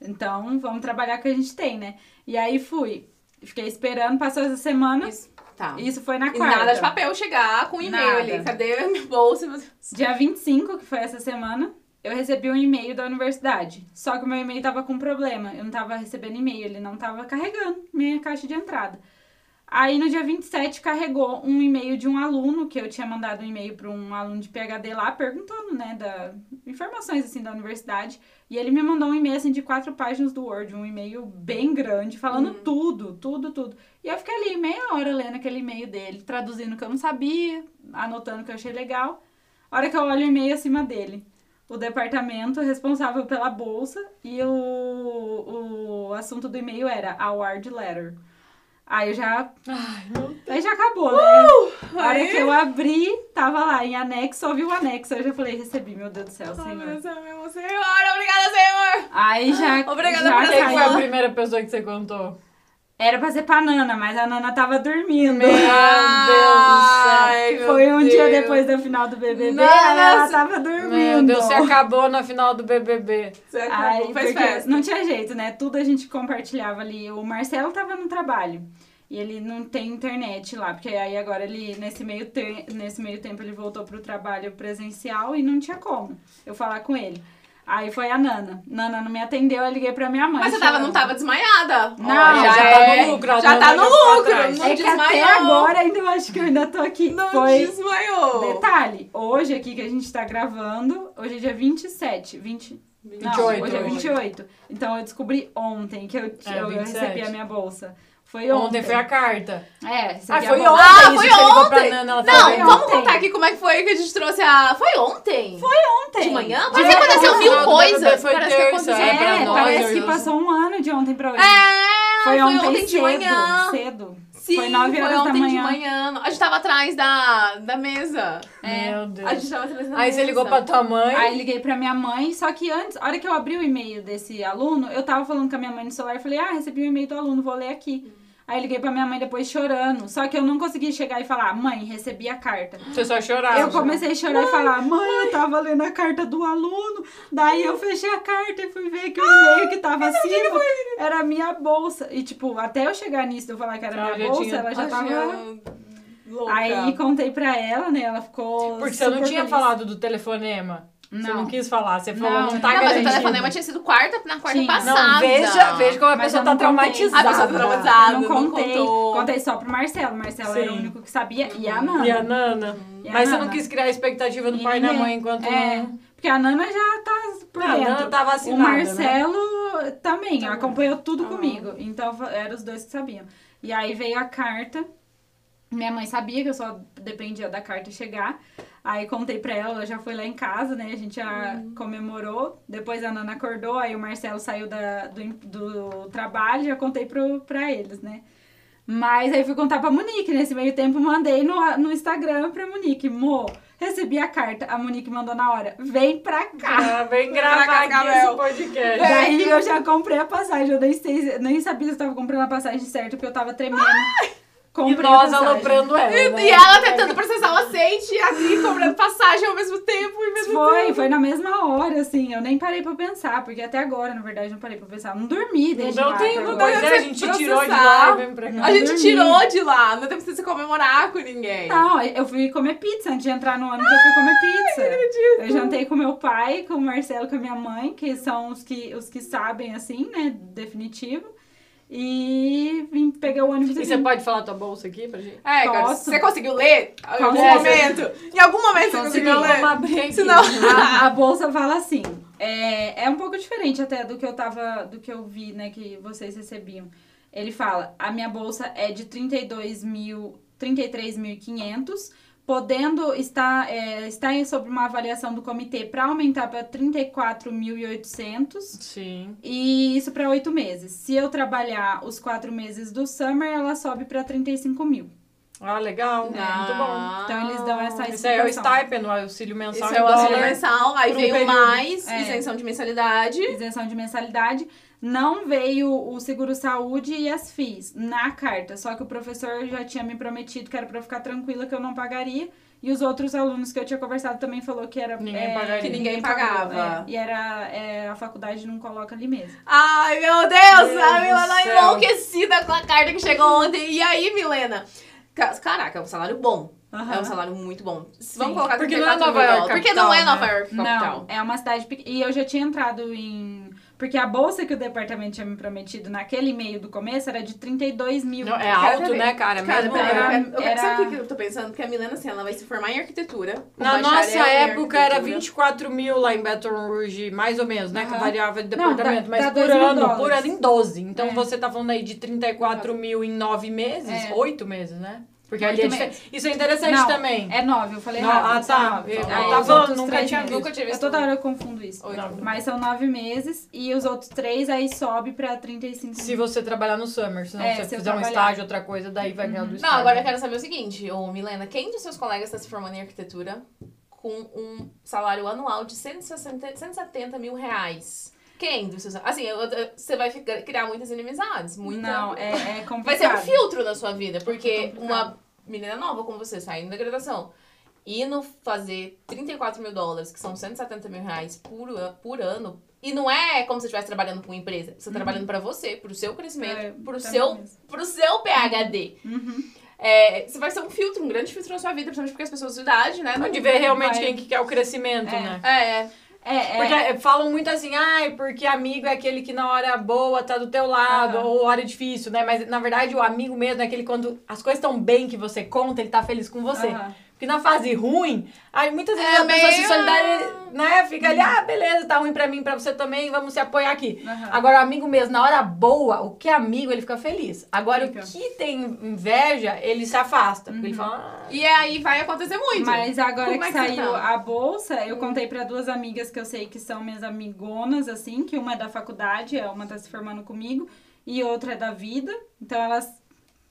S4: Então, vamos trabalhar com o que a gente tem, né? E aí fui. Fiquei esperando, passou essa semana. Isso,
S2: Isso, tá.
S4: foi na
S2: E
S4: quarta.
S2: nada de papel chegar com e-mail
S4: Nada.
S2: ali. Cadê a minha bolsa? Mas-
S4: Dia 25, que foi essa semana, eu recebi um e-mail da universidade. Só que o meu e-mail tava com um problema. Eu não tava recebendo e-mail, ele não tava carregando minha caixa de entrada. Aí no dia 27 carregou um e-mail de um aluno, que eu tinha mandado um e-mail para um aluno de PhD lá, perguntando, né, da informações assim da universidade. E ele me mandou um e-mail assim de quatro páginas do Word, um e-mail bem grande, falando tudo, tudo, tudo. E eu fiquei ali meia hora lendo aquele e-mail dele, traduzindo o que eu não sabia, anotando o que eu achei legal. A hora que eu olho o e-mail acima dele, o departamento responsável pela bolsa e o, o assunto do e-mail era award letter. Aí eu já. Aí já acabou, né? a hora
S2: aí-
S4: que eu abri, tava lá em anexo, só vi o anexo. Aí eu já falei, recebi, meu Deus do céu, senhor.
S2: Senhor, obrigada, Senhor!
S4: Aí já.
S2: Obrigada
S4: já
S2: por essa
S3: Quem
S4: caiu.
S3: foi a primeira pessoa que você contou?
S4: Era pra ser pra Nana, mas a Nana tava dormindo.
S2: Ai, meu
S4: Foi um dia
S2: Deus.
S4: depois da final do BBB, aí
S2: Nana,
S4: ela tava dormindo.
S3: Meu Deus, você acabou na final do BBB.
S2: Você
S4: Ai,
S2: É, acabou, fez
S4: porque
S2: Tá festa.
S4: Não tinha jeito, né? Tudo a gente compartilhava ali. O Marcelo tava no trabalho. E ele não tem internet lá, porque aí agora ele, nesse meio, te- nesse meio tempo, ele voltou pro trabalho presencial e não tinha como eu falar com ele. Aí foi a Nana. Nana não me atendeu, eu liguei pra minha mãe.
S2: Mas você tava, não
S4: chorando.
S2: tava desmaiada?
S4: Não,
S2: Ó,
S4: já
S3: tá
S2: é-
S3: no lucro, a
S2: Já
S3: dona
S2: tá no
S3: já tá
S2: lucro,
S3: atrás.
S2: não
S4: É que até
S2: desmaiou.
S4: agora ainda eu acho que eu ainda tô aqui.
S2: Não
S4: foi
S2: desmaiou.
S4: Detalhe, hoje aqui que a gente tá gravando, hoje é dia 27, 20... Não,
S3: 28,
S4: hoje é
S3: hoje.
S4: 28. Então eu descobri ontem que eu,
S3: É,
S4: eu
S3: 27.
S4: recebi a minha bolsa. Foi ontem.
S3: Ontem foi a carta.
S4: É, recebi
S3: Ah,
S4: a
S3: foi ontem.
S4: bolsa.
S2: Ah,
S3: isso
S2: foi
S3: que você ligou pra
S2: ontem.
S3: Nana, ela
S2: Não,
S3: tava
S4: Foi
S3: aí.
S2: vamos
S4: ontem.
S2: contar aqui como é que foi que a gente trouxe a. Foi ontem? Foi
S4: ontem.
S2: de manhã?
S3: De
S2: Mas aconteceu
S3: manhã,
S2: mil
S3: no final do BBB
S2: coisas.
S3: foi
S2: Parece que
S3: terça,
S2: aconteceu.
S4: É,
S3: É, pra nós,
S4: parece que
S3: eu-
S4: passou um ano de ontem pra hoje.
S2: É,
S4: foi, ontem
S2: de
S4: cedo,
S2: manhã.
S4: cedo.
S2: Sim,
S4: foi 9 horas
S2: ontem
S4: da manhã.
S2: de manhã. A gente tava atrás da, da mesa.
S3: Meu Deus.
S2: A gente tava atrás da mesa.
S3: Aí você ligou pra tua mãe.
S4: Aí liguei pra minha mãe, só que antes, a hora que eu abri o e-mail desse aluno, eu tava falando com a minha mãe no celular, falei, ah, recebi o e-mail do aluno, vou ler aqui.
S3: Hum.
S4: Aí liguei pra minha mãe depois chorando, só que eu não consegui chegar e falar, mãe, recebi a carta.
S3: Você só chorava.
S4: eu comecei a chorar e falar, mãe, eu tava lendo a carta do aluno, daí eu fechei a carta e fui ver que o e-mail que tava acima era a minha bolsa. E tipo, até eu chegar nisso, de eu falar que era
S3: Ela
S4: minha
S3: já
S4: bolsa,
S3: tinha-
S4: ela já
S2: Ela
S4: tava...
S2: louca.
S4: Aí contei pra ela, né, ela ficou
S3: Porque você não
S4: super
S3: tinha
S4: feliz.
S3: falado do telefonema. Você não quis falar. Você falou, não,
S4: Não,
S2: não,
S3: tá
S2: mas o
S3: garantido.
S2: telefonema é tinha sido quarta, na quarta
S4: Tinha.
S2: passada.
S3: Não, veja, veja como a
S4: Mas
S3: pessoa
S4: eu
S3: tá
S4: não contei.
S3: traumatizada.
S2: A pessoa tá traumatizada,
S4: Eu não
S2: não
S4: contei.
S2: contou.
S4: Contei só pro Marcelo. Marcelo era o
S3: Sim. Uhum.
S4: único que sabia. E a Nana.
S3: E a Nana?
S4: E a
S3: Mas você
S4: Nana.
S3: não quis criar a expectativa do
S4: E
S3: pai e da
S4: ninguém.
S3: mãe enquanto
S4: É,
S3: não...
S4: porque a Nana já tá por
S3: Não, a
S4: dentro.
S3: Nana tá
S4: o
S3: vacinada,
S4: Marcelo também, acompanhou tudo
S3: Ah.
S4: comigo. Então eram os dois que sabiam. E aí veio a carta. Minha mãe sabia que eu só dependia da carta chegar. Aí contei pra ela, ela já foi lá em casa, né? A gente já
S3: Uhum.
S4: comemorou. Depois a Nana acordou, aí o Marcelo saiu da, do, em- do trabalho, já contei pro, pra eles, né? Mas aí fui contar pra Monique. Nesse meio tempo, mandei no, no Instagram pra Monique. Mo, recebi a carta. A Monique mandou na hora. Vem pra cá.
S3: Ah, vem
S4: Pra
S3: gravar
S4: cá,
S3: aqui
S4: Gabriel.
S3: esse podcast.
S4: Daí eu já comprei a passagem. Eu nem, sei, nem sabia se eu tava comprando a passagem certa, porque eu tava tremendo.
S3: E
S4: Comprei a
S3: nós
S4: passagem.
S3: aloprando ela.
S2: E,
S3: né?
S2: e ela tentando processar o aceite e a Adri cobrando passagem ao mesmo tempo e mesmo
S4: Foi, foi na mesma hora, assim. Eu nem parei pra pensar, porque até agora, na verdade, não parei pra pensar. Não dormi
S3: Não
S4: desde
S3: deu
S4: lá,
S3: tempo,
S4: até
S3: não
S4: agora.
S3: Pois é, a gente
S2: Processar.
S3: tirou de lá e vem pra cá.
S2: A gente
S4: Dormi.
S2: tirou de lá, não tem pra você se comemorar com ninguém.
S4: Não, eu fui comer pizza antes de entrar no ônibus, eu fui comer pizza. Eu jantei com meu pai, com o Marcelo, com a minha mãe, que são os que, os que sabem, assim, né? Definitivo. E vim pegar o ônibus.
S3: E
S4: assim.
S3: você pode falar tua bolsa aqui pra gente?
S2: É, cara,
S4: Posso?
S2: você conseguiu ler? Em algum
S4: Consegue.
S2: momento? Em algum momento você
S4: Consegui.
S2: conseguiu ler?
S3: vamos abrir aqui.
S2: é Senão-
S4: a, a bolsa fala assim. É, é um pouco diferente até do que eu tava, do que eu vi, né, que vocês recebiam. Ele fala: "A minha bolsa é de 32 mil, 33.500, podendo estar é, está em- sob uma avaliação do comitê para aumentar para 34.800
S3: Sim.
S4: e isso para oito meses. Se eu trabalhar os quatro meses do summer, ela sobe para 35 mil.
S3: Ah, legal. Muito bom.
S4: Então eles dão essa
S3: Isso aí é o
S4: explicação.
S3: stipend, o auxílio mensal
S2: Isso
S3: em
S2: é o auxílio
S3: dólar.
S2: mensal, aí
S3: Por um
S2: veio
S3: período.
S2: mais
S4: É.
S2: isenção de mensalidade.
S4: isenção de mensalidade. Não veio o seguro-saúde e as FIIs na carta. Só que o professor já tinha me prometido que era pra eu ficar tranquila que eu não pagaria. E os outros alunos que eu tinha conversado também falou que era...
S3: Ninguém pagaria.
S2: Que ninguém
S4: pagou,
S2: pagava.
S4: é. e era... é, a faculdade não coloca ali mesmo.
S2: Ai, meu Deus!
S3: Meu
S2: a
S3: Deus
S2: Milena
S3: do céu.
S2: enlouquecida com a carta que chegou ontem. E aí, Milena? Ca- Caraca, é um salário bom. É um salário muito bom. Vamos colocar
S3: Porque
S2: 34
S3: não é Nova
S2: mil
S3: York
S2: dólares. Porque
S3: capital,
S2: não é
S3: né?
S2: Nova York capital.
S4: Não, é uma cidade pequena. E eu já tinha entrado em... Porque a bolsa que o departamento tinha me prometido naquele e-mail do começo era de 32 mil.
S3: Não, é
S4: Quero
S3: alto,
S4: saber.
S3: né, cara?
S2: Cara,
S3: Mesmo
S2: eu-
S4: era-
S2: eu- eu-
S4: era-
S2: sabe o que que eu tô pensando? Que a Milena, assim, ela vai se formar em arquitetura. com
S3: Na
S2: bacharel
S3: nossa
S2: em
S3: época era
S2: arquitetura.
S3: 24 mil lá em Baton Rouge, mais ou menos, né? Que
S4: Aham.
S3: variava de
S4: Não, dá-
S3: departamento. mas
S4: dá
S3: por
S4: 2 mil
S3: ano, por
S4: dólares.
S3: ano em 12. Então
S4: É.
S3: você tá falando aí de 34 mil em 9 meses,
S4: É.
S3: 8 meses, né? Porque
S4: Oito
S3: ali é
S4: meses.
S3: diferente. Isso é interessante
S4: Não,
S3: também.
S4: É nove, eu falei
S3: Não,
S4: errado.
S3: ah,
S4: não são
S3: tá.
S4: nove,
S3: Eu-
S4: são
S3: eu
S4: nove.
S3: tava
S4: Os
S3: falando,
S4: outros
S3: nunca
S4: três
S3: tinha
S4: meses.
S3: visto.
S2: Nunca tinha
S4: Eu
S2: visto.
S4: toda hora eu confundo isso.
S2: Oito.
S3: Não.
S4: Mas são nove meses e os outros três aí sobe pra 35
S3: Se você trabalhar no summer, senão
S4: É,
S3: você
S4: se eu
S3: fizer um
S4: trabalhar. é
S3: estágio, outra coisa, daí vai ganhar do
S2: Não,
S3: estágio.
S2: agora eu quero saber o seguinte, ô Milena, quem dos seus colegas está se formando em arquitetura com um salário anual de 160, 170 mil reais? Quem dos seus. Assim, eu- eu- você vai ficar- criar muitas inimizades. Muita...
S4: Não, é, é complicado.
S2: Vai ser um filtro na sua vida, porque
S4: Complicado.
S2: uma menina nova como você, saindo da graduação, indo fazer 34 mil dólares, que são 170 mil reais por, an- por ano. E não é como se você estivesse trabalhando com uma empresa. Você está trabalhando para você, pro seu crescimento,
S4: Uhum. É,
S2: pro,
S4: pra mim
S2: seu,
S4: mesmo.
S2: pro seu PHD.
S4: Uhum.
S2: É, você vai ser um filtro, um grande filtro na sua vida, principalmente porque as pessoas de idade, né?
S3: Onde vê realmente
S4: Vai.
S3: quem que quer o crescimento,
S4: É.
S3: né?
S2: É, é.
S4: É, é.
S3: Porque eh, falam muito assim, ai, porque amigo é aquele que na hora boa tá do teu lado,
S4: Aham.
S3: ou hora difícil, né? Mas na verdade o amigo mesmo é aquele quando as coisas estão bem que você conta, ele tá feliz com você.
S4: Aham.
S3: Porque na fase ruim, aí muitas vezes
S2: É
S3: a pessoa se
S2: meio-
S3: solidária, né? Fica ali, ah, beleza, tá ruim pra mim, pra você também, vamos se apoiar aqui.
S4: Aham.
S3: Agora, o amigo mesmo, na hora boa, o que é amigo, ele fica feliz. Agora,
S4: Fica. Uhum.
S3: o que tem inveja, ele se afasta. Porque ele fala, ah,
S2: E aí vai acontecer muito.
S4: Mas agora
S2: Como
S4: que
S2: é que você
S4: saiu
S2: tá?
S4: a bolsa, eu contei pra duas amigas que eu sei que são minhas amigonas, assim, que uma é da faculdade, é, uma tá se formando comigo, e outra é da vida. Então elas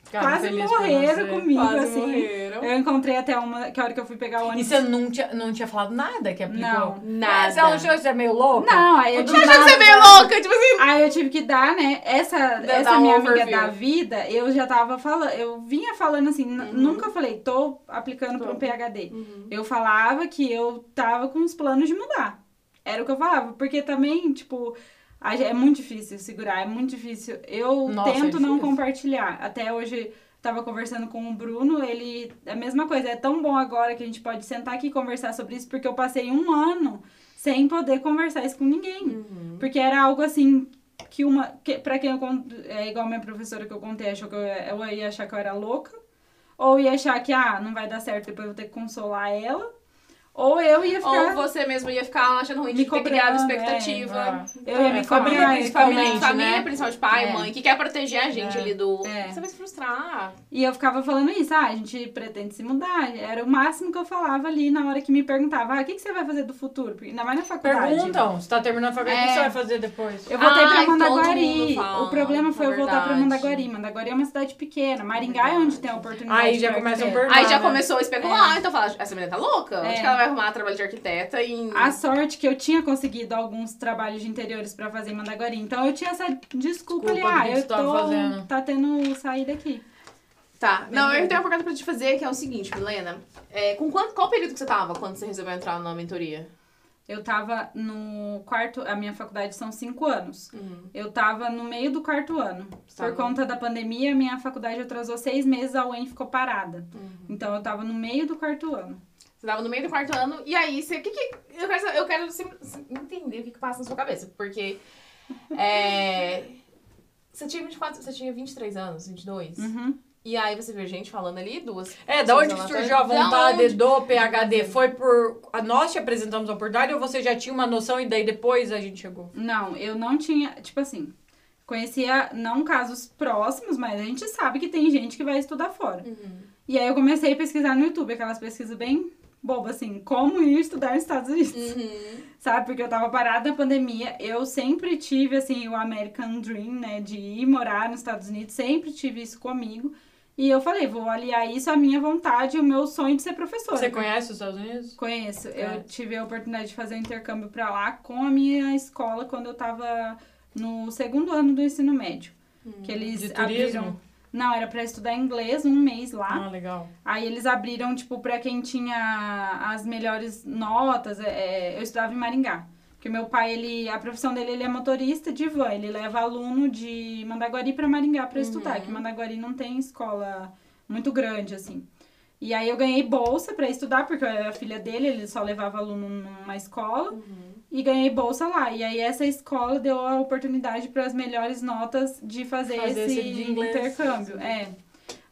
S3: ficaram
S4: quase
S3: felizes por
S4: morreram
S3: você.
S4: comigo,
S2: Quase
S4: assim.
S2: morreram.
S4: Eu encontrei até uma, que a hora que eu fui pegar o
S3: E
S4: ônibus.
S3: você não tinha, não tinha falado nada que aplicou?
S4: Não.
S2: Nada.
S3: Você achou que você é meio louco?
S4: Não, aí eu
S3: Você
S4: tive
S2: Achou que você é meio louca, tipo assim.
S4: Aí eu tive que dar, né? Essa,
S2: Dá-
S4: essa
S2: dá um
S4: minha amiga
S2: overview.
S4: da vida, eu já tava falando, eu vinha falando assim, n- nunca falei, tô aplicando pra um PhD. Eu falava que eu tava com os planos de mudar. Era o que eu falava, porque também, tipo, a ge- é muito difícil segurar, é muito difícil. Eu
S3: Nossa, é
S4: tento não
S3: difícil.
S4: compartilhar. Até hoje tava conversando com o Bruno, ele a mesma coisa, é tão bom agora que a gente pode sentar aqui e conversar sobre isso, porque eu passei um ano sem poder conversar isso com ninguém. Porque era algo assim que uma. Que, pra quem eu conto, é igual minha professora que eu contei, achou que eu, eu ia achar que eu era louca. Ou ia achar que, ah, não vai dar certo, depois eu vou ter que consolar ela. Ou eu ia
S2: Ou
S4: ficar.
S2: você mesmo ia ficar achando ruim de
S4: Me
S2: ter
S4: cobrando,
S2: criado
S4: é,
S2: expectativa.
S3: ah.
S4: eu ia
S3: É,
S4: me
S3: família
S4: cobrar.
S3: principalmente.
S2: Família,
S3: Principalmente,
S2: família
S3: né?
S2: principalmente pai,
S4: É.
S2: mãe, que quer proteger a gente
S4: É.
S2: ali do.
S4: É.
S2: Você vai se frustrar.
S4: E eu ficava falando isso, ah, a gente pretende se mudar. Era o máximo que eu falava ali na hora que me perguntava, ah, o que, que você vai fazer do futuro? Porque ainda mais na faculdade.
S3: Perguntam, você tá terminando a faculdade, o que
S4: É.
S3: você vai fazer depois?
S4: Eu voltei
S2: Ai,
S4: pra
S2: Ah, então todo mundo
S4: Mandaguari.
S2: fala,
S4: o problema foi
S2: é
S4: eu voltar pra
S2: verdade.
S4: Mandaguari. Mandaguari é uma cidade pequena. Maringá é onde tem a oportunidade.
S3: Aí já
S4: pra
S3: começam
S4: arquiteto.
S3: Verdade.
S2: Aí já começou a especular, então fala, essa menina tá louca?
S4: É.
S2: Onde que ela vai arrumar trabalho de arquiteta em.
S4: A sorte que eu tinha conseguido alguns trabalhos de interiores pra fazer em Mandaguari. Então eu tinha essa
S3: Desculpa
S4: desculpa, ali,
S3: do
S4: ah,
S3: que
S4: eu
S3: você tava
S4: tô,
S3: fazendo.
S4: tá tendo saída aqui.
S2: Tá. Não, eu
S4: doido.
S2: tenho uma pergunta pra te fazer, que é o seguinte, Milena. É, com quanto, qual período que você tava quando você resolveu entrar na mentoria?
S4: Eu tava no quarto, a minha faculdade são cinco anos.
S2: Uhum.
S4: Eu tava no meio do quarto ano.
S2: Tá.
S4: Por conta da pandemia, a minha faculdade atrasou seis meses, a UEM ficou parada.
S3: Uhum.
S4: Então eu tava no meio do quarto ano.
S2: Você tava no meio do quarto ano, e aí você. O que que. Eu quero, saber- eu quero sempre- entender o que, que passa na sua cabeça, porque. É. Você tinha 24, você tinha 23 anos, 22.
S4: Uhum.
S2: E aí você vê gente falando ali, duas.
S3: É, da onde que
S2: pessoas
S3: surgiu a
S2: anotando. Da
S3: vontade
S2: onde?
S3: do PHD? Foi por. a Nós te apresentamos a oportunidade ou você já tinha uma noção e daí depois a gente chegou?
S4: Não, eu não tinha. Tipo assim, conhecia não casos próximos, mas a gente sabe que tem gente que vai estudar fora. E aí eu comecei a pesquisar no YouTube, aquelas pesquisas bem bobas, assim, como ir estudar nos Estados Unidos. Sabe? Porque eu tava parada na pandemia. Eu sempre tive, assim, o American Dream, né? De ir morar nos Estados Unidos. Sempre tive isso comigo. E eu falei, vou aliar isso à minha vontade e o meu sonho de ser professora.
S3: Você conhece os Estados Unidos?
S4: Conheço.
S3: É.
S4: Eu tive a oportunidade de fazer um intercâmbio pra lá com a minha escola quando eu tava no segundo ano do ensino médio. Que eles
S3: De
S4: abriram.
S3: turismo?
S4: Não, era pra estudar inglês um mês lá.
S3: Ah, legal.
S4: Aí eles abriram, tipo, pra quem tinha as melhores notas. É, é, eu estudava em Maringá. Porque meu pai, ele, a profissão dele, ele é motorista de van. Ele leva aluno de Mandaguari pra Maringá
S3: Uhum.
S4: pra estudar. Que Mandaguari não tem escola muito grande, assim. E aí eu ganhei bolsa pra estudar, porque eu era filha dele. Ele só levava aluno numa escola.
S3: Uhum.
S4: E ganhei bolsa lá. E aí essa escola deu a oportunidade para as melhores notas de fazer,
S3: Fazer
S4: esse,
S3: esse de inglês.
S4: intercâmbio. É.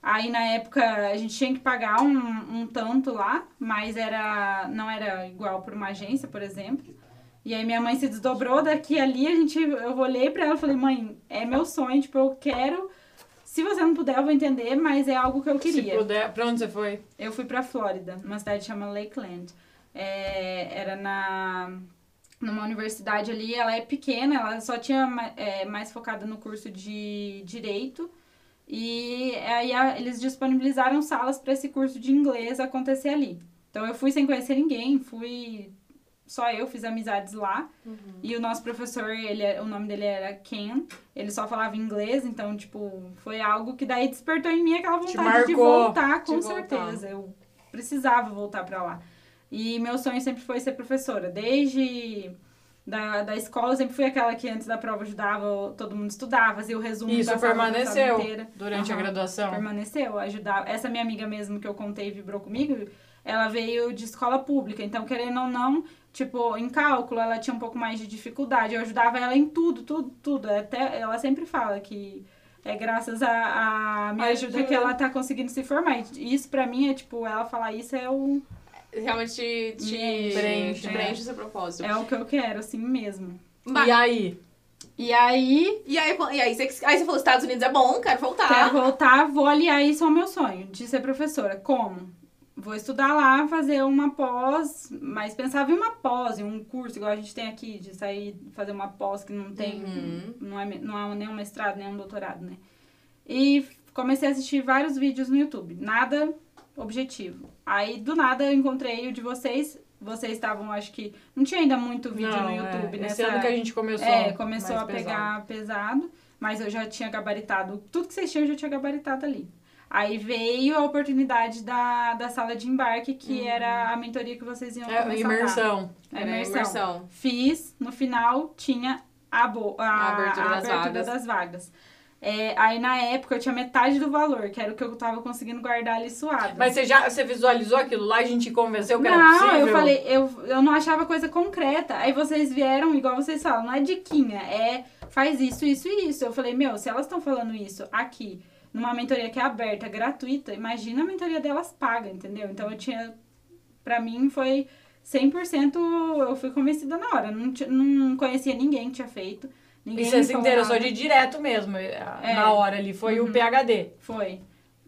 S4: Aí na época a gente tinha que pagar um, um tanto lá, mas era não era igual para uma agência, por exemplo. E aí minha mãe se desdobrou daqui e ali, a gente eu olhei para ela e falei: "Mãe, é meu sonho, tipo, eu quero se você não puder, eu vou entender, mas é algo que eu queria.
S3: Se puder. Pra onde você foi?
S4: Eu fui pra Flórida, numa cidade chamada Lakeland. É, era na numa universidade ali, ela é pequena, ela só tinha ma- é, mais focada no curso de direito. E aí a- eles disponibilizaram salas pra esse curso de inglês acontecer ali. Então eu fui sem conhecer ninguém, fui só eu fiz amizades lá. E o nosso professor, ele, é- o nome dele era Ken, ele só falava inglês, então tipo, foi algo que daí despertou em mim aquela
S3: Te
S4: vontade
S3: marcou.
S4: de voltar, com
S2: De voltar.
S4: certeza. Eu precisava voltar pra lá. E meu sonho sempre foi ser professora, desde da, da escola, eu sempre fui aquela que antes da prova ajudava, todo mundo estudava, fazia o resumo
S3: Isso
S4: da sala, da sala
S3: permaneceu
S4: inteira.
S3: durante a
S4: Aham.
S3: graduação.
S4: Permaneceu, ajudava. Essa minha amiga mesmo que eu contei vibrou comigo, ela veio de escola pública, então querendo ou não, tipo, em cálculo ela tinha um pouco mais de dificuldade. Eu ajudava ela em tudo, tudo, tudo. Até ela sempre fala que é graças à à minha
S3: Ai,
S4: ajuda
S3: juro.
S4: que ela tá conseguindo se formar. E isso pra mim é tipo, ela falar isso é o,
S2: Realmente te, te
S4: Me
S3: preenche,
S2: te
S3: né?
S2: preenche o seu propósito.
S4: é o que eu quero, assim mesmo.
S2: Mas-
S3: E aí?
S4: E aí,
S2: E aí, quan- e aí, você, aí você falou, Estados Unidos é bom, quero voltar.
S3: Tá.
S4: Quero voltar, vou aliar isso ao meu sonho de ser professora. Como? Vou estudar lá, fazer uma pós, mas pensava em uma pós, em um curso igual a gente tem aqui, de sair fazer uma pós que não tem,
S2: Uhum.
S4: não, é, me- não há nenhum mestrado, nenhum doutorado, né? E f- comecei a assistir vários vídeos no YouTube, nada objetivo. Aí do nada eu encontrei o de vocês, vocês estavam, acho que não tinha ainda muito vídeo
S3: Não,
S4: no YouTube,
S3: é.
S4: né?
S3: Esse ano que a gente começou.
S4: É, começou
S3: mais
S4: a pegar pesado. mas eu já tinha gabaritado. Tudo que vocês tinham eu já tinha gabaritado ali. Aí veio a oportunidade da, da sala de embarque, que era a mentoria que vocês iam
S3: pesado. É,
S4: começar a
S3: imersão.
S4: dar. A
S2: Era
S4: É
S2: né,
S4: imersão.
S2: imersão.
S4: Fiz, no final tinha a, bo- a-
S2: A abertura
S4: a
S2: das
S4: abertura
S2: vagas.
S4: das vagas. É, aí na época eu tinha metade do valor, que era o que eu tava conseguindo guardar ali suado.
S3: Mas você já você visualizou aquilo lá, a gente convenceu que era
S4: Não,
S3: possível?
S4: eu falei, eu, eu não achava coisa concreta. Aí vocês vieram, igual vocês falam, não é diquinha, é faz isso, isso e isso. Eu falei, meu, se elas estão falando isso aqui, numa mentoria que é aberta, gratuita, imagina a mentoria delas paga, entendeu? Então eu tinha. Pra mim foi 100% eu fui convencida na hora. Não, ti- não conhecia ninguém que tinha feito. Ninguém
S3: E
S4: me É.
S3: você se
S4: falou
S3: interessou
S4: nada.
S3: de direto mesmo, eh, na hora ali. Foi
S4: Uhum.
S3: o PHD.
S4: Foi.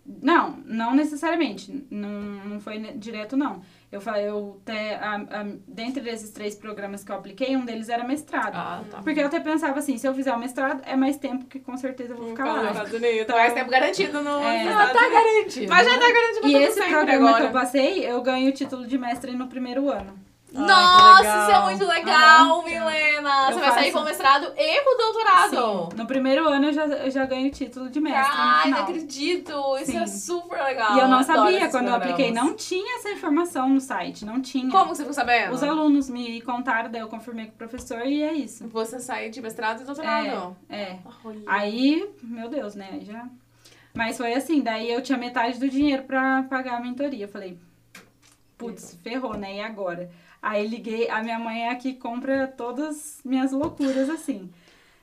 S4: Não, não necessariamente. Não, não foi ne- direto, não. Eu falei, eu até. a- a- dentre esses três programas que eu apliquei, um deles era mestrado.
S3: Ah, tá.
S4: Porque eu até pensava assim, se eu fizer o mestrado, é mais tempo que com certeza eu vou ficar lá.
S2: Então, mais tempo garantido no.
S4: É.
S2: nos
S4: Ah,
S3: Ah,
S2: Estados
S3: tá
S2: Unidos.
S3: garantido.
S2: Mas já tá garantido
S4: E
S2: pra
S4: esse
S2: sempre
S4: programa
S2: agora.
S4: que eu passei, eu ganho o título de mestre no primeiro ano.
S2: Nossa,
S3: legal.
S2: isso é muito legal,
S4: Aham.
S2: Milena!
S4: Eu
S2: Você vai sair
S4: faço.
S2: com o mestrado e com o doutorado.
S4: No primeiro ano eu já, eu já ganho o título de mestre. no
S2: Ai,
S4: final.
S2: não acredito! Isso
S4: Sim.
S2: é super legal.
S4: E eu não
S2: adoro
S4: sabia
S2: esses
S4: quando eu
S2: programas.
S4: apliquei. Não tinha essa informação no site, não tinha.
S2: Como que é, você ficou sabendo?
S4: Os alunos me contaram, daí eu confirmei com o professor e é isso.
S2: Você sai de mestrado e doutorado.
S4: É.
S2: Olha.
S4: Aí, meu Deus, né? aí Já. Mas foi assim, daí eu tinha metade do dinheiro pra pagar a mentoria. Eu falei, putz,
S2: É.
S4: ferrou, né? E agora? Aí liguei, a minha mãe é a que compra todas minhas loucuras, assim.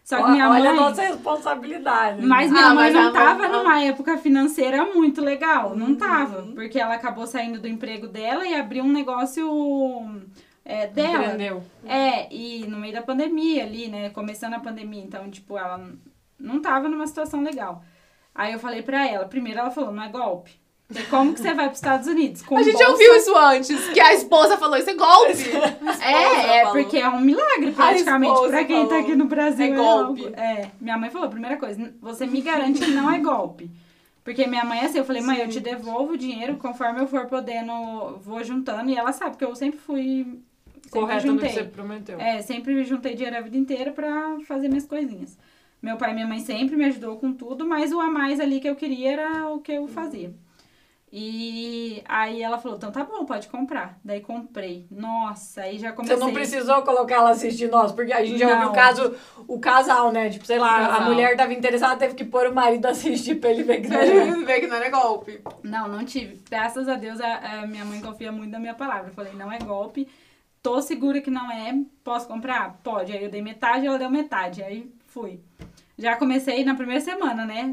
S4: Só que minha
S3: Olha a
S4: mãe.
S3: nossa responsabilidade. né?
S4: Mas minha
S2: Ah,
S4: mãe
S2: mas a
S4: não
S2: mãe- Uhum.
S4: tava
S2: a-
S4: numa época financeira muito legal. Não tava. Porque ela acabou saindo do emprego dela e abriu um negócio é, dela.
S3: Entendeu?
S4: É, e no meio da pandemia ali, né? Começando a pandemia. Então, tipo, ela n- não tava numa situação legal. Aí eu falei pra ela. Primeiro ela falou, não é golpe. Porque Como que você vai pros Estados Unidos? Com
S2: A gente
S4: bolsa?
S2: ouviu isso antes, que a esposa falou isso é golpe.
S4: É, é
S2: falou.
S4: porque é um milagre
S2: esposa
S4: praticamente pra quem tá
S2: falou.
S4: aqui no Brasil.
S2: É golpe.
S4: algo- É, minha mãe falou, primeira coisa, "N- você me garante que não é golpe. Porque minha mãe é assim, eu falei, mãe, eu te devolvo o dinheiro conforme eu for podendo, vou juntando. E ela sabe que eu sempre fui. Sempre
S3: Correto no que
S4: juntei.
S3: você prometeu.
S4: É, sempre juntei dinheiro a vida inteira pra fazer minhas coisinhas. Meu pai e minha mãe sempre me ajudou com tudo, mas o a mais ali que eu queria era o que eu fazia. E aí ela falou, então tá bom, pode comprar. Daí comprei. Nossa, aí já
S3: Você
S4: comecei.
S3: não precisou colocar ela assistir nós, porque a gente já ouviu
S4: assim? Não.
S3: o caso, o casal, né? Tipo, sei lá, a
S2: Casal.
S3: mulher tava interessada, teve que pôr o marido a assistir pra ele ver que não
S2: Pra
S3: era.
S2: gente ver que não era golpe.
S4: Não, não tive. Graças a Deus, a, a minha mãe confia muito na minha palavra. Eu falei, não é golpe. Tô segura que não é. Posso comprar? Pode. Aí eu dei metade, ela deu metade. Aí fui. Já comecei na primeira semana, né?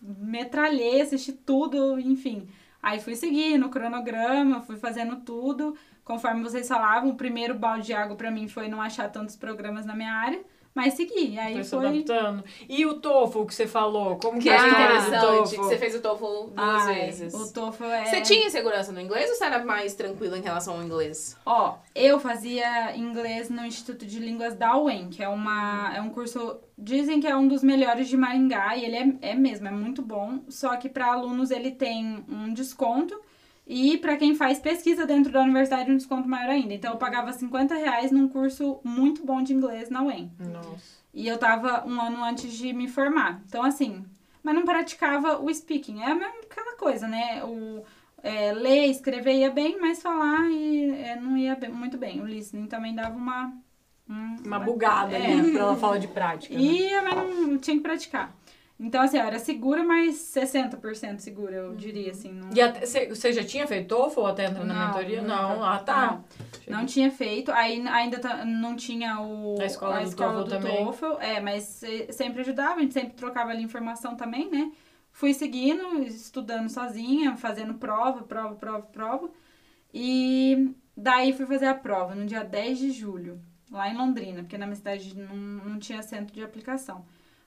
S4: Metralhei, assisti tudo, enfim. Aí fui seguindo o cronograma, fui fazendo tudo. Conforme vocês falavam, o primeiro balde de água pra mim foi não achar tantos programas na minha área, mas segui. Aí
S3: Foi se
S4: foi.
S3: adaptando. E o tofu que você falou? Como que,
S2: Que
S3: é
S2: é
S3: o
S2: interessante, que
S3: interesse do tofu?
S2: você fez o TOEFL duas
S4: Ah, Ai,
S2: vezes.
S4: O TOEFL é...
S2: Você tinha insegurança no inglês ou você era mais tranquila em relação ao inglês?
S4: Ó, eu fazia inglês no Instituto de Línguas da UEM, que é, uma, é um curso, dizem que é um dos melhores de Maringá, e ele é, é mesmo, é muito bom. Só que para alunos ele tem um desconto, e para quem faz pesquisa dentro da universidade, um desconto maior ainda. Então eu pagava R$ 50 reais num curso muito bom de inglês na UEM.
S3: Nossa.
S4: E eu tava um ano antes de me formar. Então, assim, mas não praticava o speaking. É a mesma aquela coisa, né? O é, ler, escrever ia bem, mas falar e, é, não ia bem- muito bem. O listening também dava uma. um-
S3: Uma bugada
S4: É.
S3: ali, pra ela falar de prática. né?
S4: Ia, mas não tinha que praticar. Então, assim, eu era segura, mas 60% segura, eu diria, assim. Não...
S3: E até- você você já tinha feito TOEFL até entrar na
S4: Não,
S3: mentoria?
S4: nunca.
S3: Não, ah tá.
S4: Não. Não tinha feito, aí ainda tá- não tinha o,
S3: A escola do TOEFL também.
S4: TOEFL, é, mas se- sempre ajudava, a gente sempre trocava ali informação também, né? Fui seguindo, estudando sozinha, fazendo prova, prova, prova, prova. E daí fui fazer a prova no dia 10 de julho, lá em Londrina, porque na minha cidade não, não tinha centro de aplicação.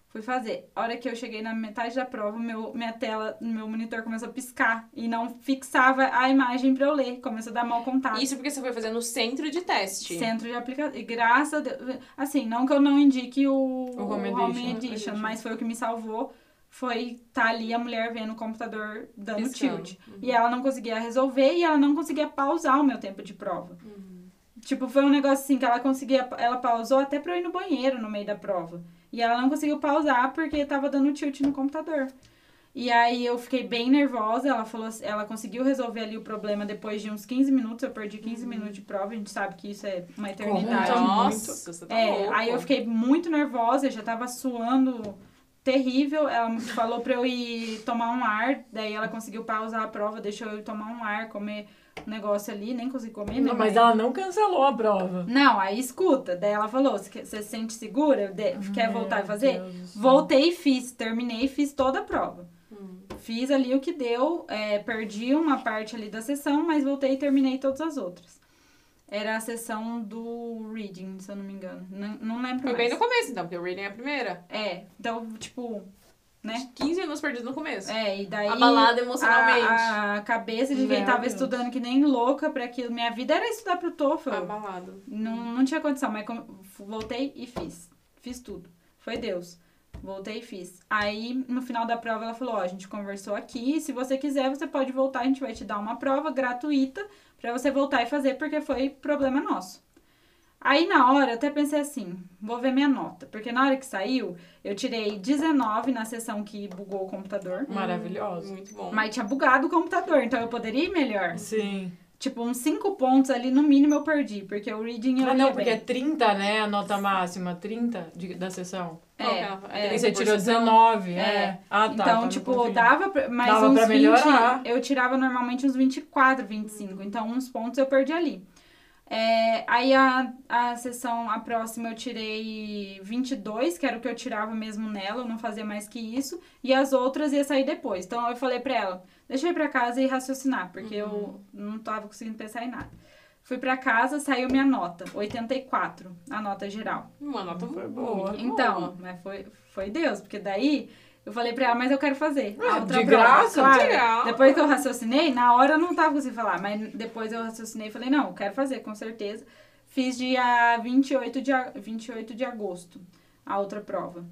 S4: Fui fazer. A hora que eu cheguei na metade da prova, meu, minha tela, meu monitor começou a piscar e não fixava a imagem pra eu ler. Começou a dar mau contato.
S2: Isso porque você foi fazer no centro de teste.
S4: Centro de aplicação. E graças a Deus. Assim, não que eu não indique o, o
S3: Home Edition.
S4: Edition, mas foi o que me salvou. Foi tá ali a mulher vendo o computador dando
S2: Piscando.
S4: tilt. E ela não conseguia resolver e ela não conseguia pausar o meu tempo de prova. Tipo, foi um negócio assim que ela conseguia. Ela pausou até pra eu ir no banheiro no meio da prova. E ela não conseguiu pausar porque tava dando tilt no computador. E aí eu fiquei bem nervosa, ela falou, assim- ela conseguiu resolver ali o problema depois de uns 15 minutos, eu perdi 15 minutos de prova, a gente sabe que isso é uma eternidade.
S3: Uhum. Então,
S2: Nossa, você tá
S4: é,
S2: louco.
S4: aí eu fiquei muito nervosa, eu já tava suando terrível. Ela me falou pra eu ir tomar um ar, daí ela conseguiu pausar a prova, deixou eu ir tomar um ar, comer um negócio ali, nem consegui comer, né?
S3: Não, mas ela não cancelou a prova.
S4: Não, aí escuta. Daí ela falou: Você quer- você se sente segura? De- Quer voltar e fazer?
S3: Deus do céu.
S4: Voltei e fiz. Terminei e fiz toda a prova.
S3: Hum.
S4: Fiz ali o que deu, é, perdi uma parte ali da sessão, mas voltei e terminei todas as outras. Era a sessão do reading, se eu não me engano. Não, não lembro
S2: Foi
S4: mais.
S2: bem no começo, então, porque o reading é a primeira.
S4: É, então, tipo, né?
S2: 15 anos perdidos no começo.
S4: É, e daí...
S2: Abalada emocionalmente.
S4: A, a cabeça de quem tava
S3: Meu Deus.
S4: estudando que nem louca pra aquilo. Minha vida era estudar pro TOEFL.
S2: Abalado.
S4: Não, não tinha condição, mas como- voltei e fiz. Fiz tudo. Foi Deus. Voltei e fiz. Aí, no final da prova, ela falou: Ó, a gente conversou aqui. Se você quiser, você pode voltar. A gente vai te dar uma prova gratuita pra você voltar e fazer, porque foi problema nosso. Aí, na hora, eu até pensei assim: vou ver minha nota. Porque na hora que saiu, eu tirei 19 na sessão que bugou o computador.
S3: Maravilhosa.
S2: Muito bom.
S4: Mas tinha bugado o computador, então eu poderia ir melhor.
S3: Sim.
S4: Tipo, uns 5 pontos ali, no mínimo, eu perdi. Porque o reading eu
S3: Ah,
S4: ia
S3: não,
S4: bem.
S3: porque é 30, né? A nota máxima. 30 de- da sessão.
S2: Qual que
S4: É,
S2: ela-
S4: é.
S3: E
S2: Ela
S3: você
S2: por
S3: tirou
S2: sessão?
S3: 19, é.
S4: É.
S3: Ah, tá.
S4: Então,
S3: tá no
S4: tipo,
S3: conflito.
S4: dava pra, mais
S3: Dava
S4: uns
S3: pra
S4: 20,
S3: melhorar.
S4: eu tirava normalmente uns 24, 25, então uns pontos eu perdi ali. É, aí a, a sessão, a próxima eu tirei 22, que era o que eu tirava mesmo nela, eu não fazia mais que isso, e as outras ia sair depois. Então eu falei pra ela, deixa eu ir pra casa e raciocinar, porque
S2: Uhum.
S4: eu não tava conseguindo pensar em nada. Fui pra casa, saiu minha nota, 84, a nota geral.
S2: Uma nota
S3: Foi
S2: tá muito
S3: boa.
S2: boa.
S4: Então, mas foi, foi Deus, porque daí eu falei pra ela, mas eu quero fazer.
S3: É,
S4: a outra
S3: de
S4: prova.
S3: graça,
S4: claro.
S2: de graça.
S4: Depois que eu raciocinei, na hora eu não tava conseguindo falar, mas depois eu raciocinei e falei, não, eu quero fazer, com certeza. Fiz dia 28 de, a- 28 de agosto, a outra prova.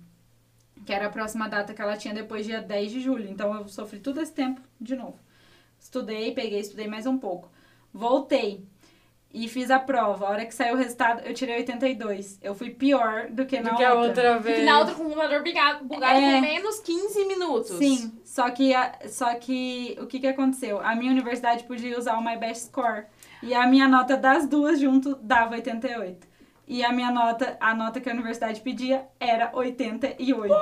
S4: Que era a próxima data que ela tinha depois dia 10 de julho. Então eu sofri todo esse tempo de novo. Estudei, peguei, estudei mais um pouco. Voltei. E fiz a prova. A hora que saiu o resultado, eu tirei 82. Eu fui pior do que na
S3: Do que a outra
S2: E
S3: vez.
S2: na outra com o computador bugado, bugado
S4: É.
S2: com menos 15 minutos.
S4: Sim, só que, a- só que o que, que aconteceu? A minha universidade podia usar o My Best Score. E a minha nota das duas junto dava 88. E a minha nota, a nota que a universidade pedia era 88.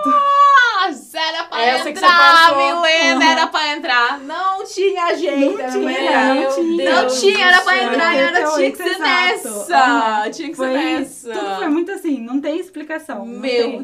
S2: Nossa, era pra
S4: É,
S3: Essa que você
S2: entrar,
S3: passou.
S2: Milena,
S4: Uhum.
S2: era pra entrar. Não tinha né? jeito,
S4: Não
S2: Milena.
S4: tinha, não tinha.
S2: Não tinha, era pra entrar, era, tinha que
S4: 88,
S2: ser
S4: exato.
S2: nessa. Tinha que ser
S4: Foi
S2: nessa.
S4: Tudo foi muito assim, não tem explicação. não
S2: Meu
S4: tem.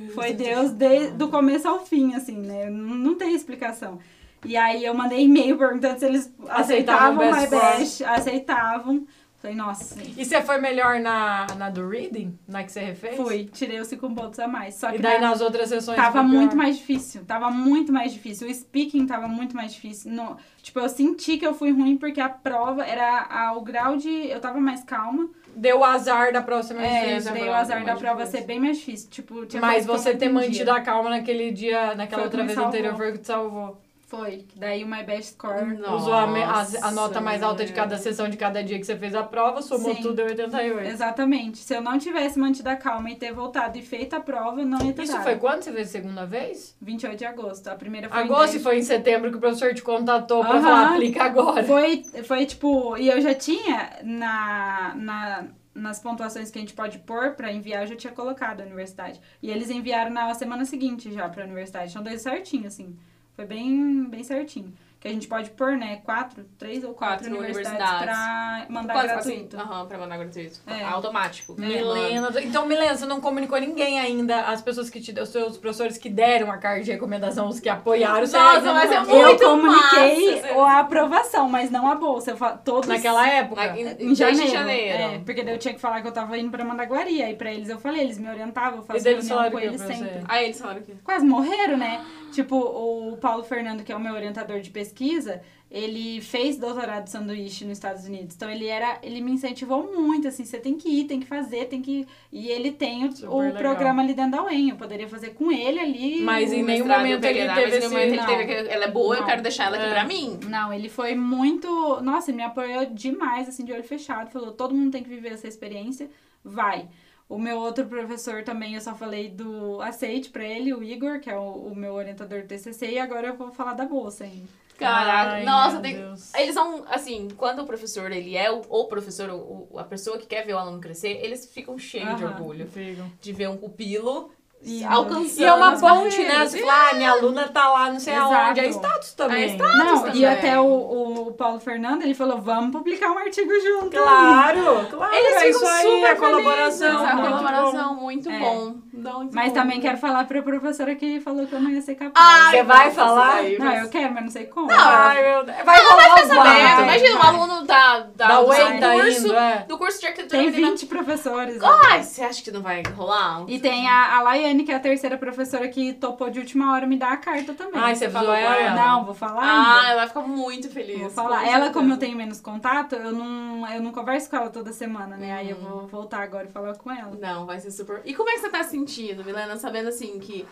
S2: Deus.
S4: Foi Deus desde do começo ao fim, assim, né? Não, não tem explicação. E aí eu mandei e-mail perguntando se eles
S3: Aceitavam o
S4: aceitavam, o My
S3: Best Score.
S4: Best, aceitavam. Falei, nossa,
S3: E você foi melhor na, na do reading? Na que você refez?
S4: Fui, tirei os cinco pontos a mais. Só que
S3: E daí
S4: na-
S3: nas outras sessões.
S4: tava
S3: foi pior?
S4: muito mais difícil. Tava muito mais difícil. O speaking tava muito mais difícil. No, tipo, eu senti que eu fui ruim porque a prova era a- o grau de. Eu tava mais calma.
S3: Deu o azar da próxima
S4: É,
S3: vez.
S2: difícil, a
S4: dei o
S2: prova
S4: azar
S2: foi
S4: da
S2: mais
S4: prova
S2: difícil.
S4: ser bem mais difícil. Tipo, tinha
S3: Mas
S4: coisa que eu
S3: você
S4: não
S3: ter
S4: entendia.
S3: mantido a calma naquele dia, naquela
S4: Foi o que
S3: outra
S4: me
S3: vez
S4: salvou.
S3: anterior, foi o que te salvou.
S4: Foi. que Daí o My Best Score.
S2: Nossa,
S3: Usou a, me- a- a nota mais alta de cada sessão de cada dia que você fez a prova, somou
S4: é. Sim.
S3: tudo, deu 88.
S4: Exatamente. Se eu não tivesse mantido a calma e ter voltado e feito a prova, eu não ia ter
S3: Isso
S4: dado.
S3: foi quando você fez a segunda vez?
S4: 28 de agosto. A primeira foi em
S3: Agosto e
S4: 10.
S3: foi em setembro que o professor te contatou pra
S4: Aham.
S3: falar, aplica agora.
S4: Foi, foi tipo, e eu já tinha na, na, nas pontuações que a gente pode pôr pra enviar, eu já tinha colocado a universidade. E eles enviaram na semana seguinte já pra universidade. Então deu certinho, assim. Foi bem, bem certinho. Que a gente pode pôr, né? Quatro, três ou quatro,
S2: Quatro
S4: universidades, pra mandar
S2: Quase
S4: gratuito.
S2: assim. Aham, pra mandar gratuito.
S4: É.
S2: Automático.
S3: Milena, então Milena, você não comunicou ninguém ainda, as pessoas que te os seus professores que deram a carta de recomendação, os que apoiaram, você
S2: Nossa,
S3: ainda
S2: mas
S3: não-
S2: é muito
S4: Eu
S2: massa,
S4: comuniquei
S2: você-
S4: a aprovação, mas não a bolsa. Eu falo, todos
S3: naquela época.
S2: Na- em,
S4: em janeiro.
S2: Desde janeiro.
S4: É, porque daí eu tinha que falar que eu tava indo pra Mandaguari. Aí pra eles eu falei, eles me orientavam, eu
S3: E
S4: faço
S3: daí eles
S4: reunião
S3: falaram
S4: com
S3: o quê
S4: eles
S3: pra você?
S4: sempre.
S2: Aí eles falaram que.
S4: Quase morreram, né? Tipo, o Paulo Fernando, que é o meu orientador de pesquisa, ele fez doutorado de sanduíche nos Estados Unidos. Então ele era, ele me incentivou muito, assim, você tem que ir, tem que fazer, tem que. E ele tem o,
S3: Super
S4: o
S3: legal.
S4: programa ali dentro da UEM. Eu poderia fazer com ele ali.
S3: Mas em
S2: o
S3: nenhum
S2: mestrado
S3: momento
S2: eu
S3: ele
S2: peguei lá,
S3: teve
S2: mas em nenhum
S3: esse-
S2: momento
S4: não.
S2: ele teve aquele- Ela é boa,
S4: Não.
S2: eu quero deixar ela aqui
S3: É.
S2: pra mim.
S4: Não, ele foi muito. Nossa, ele me apoiou demais, assim, de olho fechado. Falou: todo mundo tem que viver essa experiência, vai. O meu outro professor também, eu só falei do aceite pra ele, o Igor, que é o, o meu orientador do TCC, e agora eu vou falar da bolsa ainda.
S2: Caraca,
S3: Ai,
S2: nossa,
S3: meu
S2: tem...
S3: Deus.
S2: eles são, assim, quando o professor, ele é o, o professor, o, o- a pessoa que quer ver o aluno crescer, eles ficam cheios de
S4: Aham.
S2: orgulho
S3: Ficam.
S2: de ver um pupilo
S4: E-
S2: alcançando.
S3: E é uma
S2: as
S3: ponte, né?
S2: mulheres.
S3: Você fala, ah, minha aluna tá lá, não sei
S4: Exato.
S3: aonde. É status também.
S2: É status.
S4: Não,
S2: também.
S4: e até o, o Paulo Fernando, ele falou, vamos publicar um artigo junto.
S3: Claro, claro.
S4: Eles
S3: é
S4: ficam
S3: isso aí,
S4: super
S3: a é colaboração.
S2: Essa
S4: Não,
S3: muito bom.
S2: colaboração muito
S4: É.
S2: bom. um Muito
S4: Mas
S2: bom.
S4: também quero falar pra professora que falou que eu não ia ser capaz.
S2: Ai,
S3: Você vai
S2: nossa,
S3: falar?
S2: isso daí,
S4: não,
S2: mas-
S4: eu quero, mas não sei como.
S3: Ai, meu Deus. Vai rolar os
S2: Tá aberto.
S4: Vai,
S2: Imagina um
S4: vai.
S2: aluno da, da,
S3: Da
S2: do seu
S3: UEM tá
S2: curso,
S3: indo, é.
S2: do curso de arquitetura.
S4: Tem
S2: ele não-
S4: 20 professores. né?
S2: Ai, você acha que não vai rolar?
S4: E tem a, a Laiane, que é a terceira professora que topou de última hora me dar a carta também.
S3: Ai, você falou com ela?
S4: Não, vou falar
S2: Ah,
S4: ainda.
S2: ela vai ficar muito feliz.
S4: Vou falar.
S2: com
S4: ela, como eu
S2: certeza.
S4: tenho menos contato, eu não, eu não converso com ela toda semana, né? Aí eu vou voltar agora e falar com ela.
S2: Não, vai ser super. E como é que você tá se sentindo, Milena? Sabendo assim que.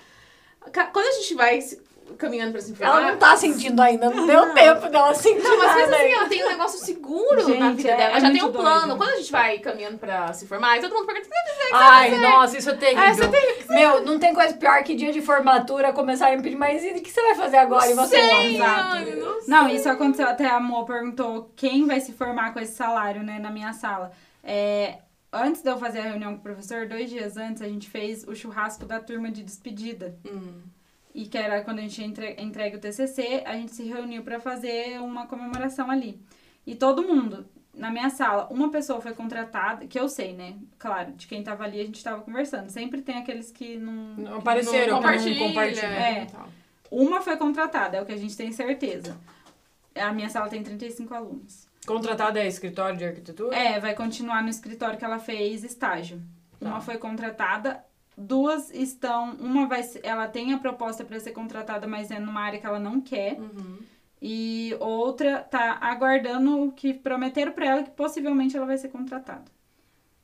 S2: ca- Quando a gente vai se- caminhando pra se informar.
S3: Ela não tá sentindo ainda, não deu tempo dela sentir.
S2: Não, mas pensa
S3: nada
S2: assim,
S3: ainda.
S2: ela tem um negócio seguro na
S4: Gente,
S2: vida
S4: é-
S2: dela. Ela
S4: é
S2: já tem um
S4: muito
S2: plano.
S4: doido.
S2: Quando a gente vai caminhando pra se formar, aí todo mundo pergunta: o que você quer
S3: Ai,
S2: fazer?"
S3: nossa, isso é terrível.
S2: É, isso é
S3: Meu, não tem coisa pior que dia de formatura começarem a pedir, mas e o que você vai fazer agora? E você lá,
S2: Sei,
S3: exato.
S2: Anne, não
S4: Não, isso aconteceu até a Mo perguntou quem vai se formar com esse salário, né, na minha sala. É, antes de eu fazer a reunião com o professor, dois dias antes, a gente fez o churrasco da turma de despedida. E que era quando a gente entre, entrega o TCC, a gente se reuniu pra fazer uma comemoração ali. E todo mundo, na minha sala, uma pessoa foi contratada, que eu sei, né? Claro, de quem tava ali a gente tava conversando. Sempre tem aqueles que não.
S3: Não apareceram,
S2: Não
S3: não
S2: compartilha.
S3: compartilha.
S4: É. Uma foi contratada, é o que a gente tem certeza. A minha sala tem 35 alunos.
S3: Contratada é escritório de arquitetura?
S4: É, vai continuar no escritório que ela fez estágio. Uma foi contratada, duas estão, uma vai, se- ela tem a proposta para ser contratada, mas é numa área que ela não quer. E outra tá aguardando o que prometeram para ela que possivelmente ela vai ser contratada.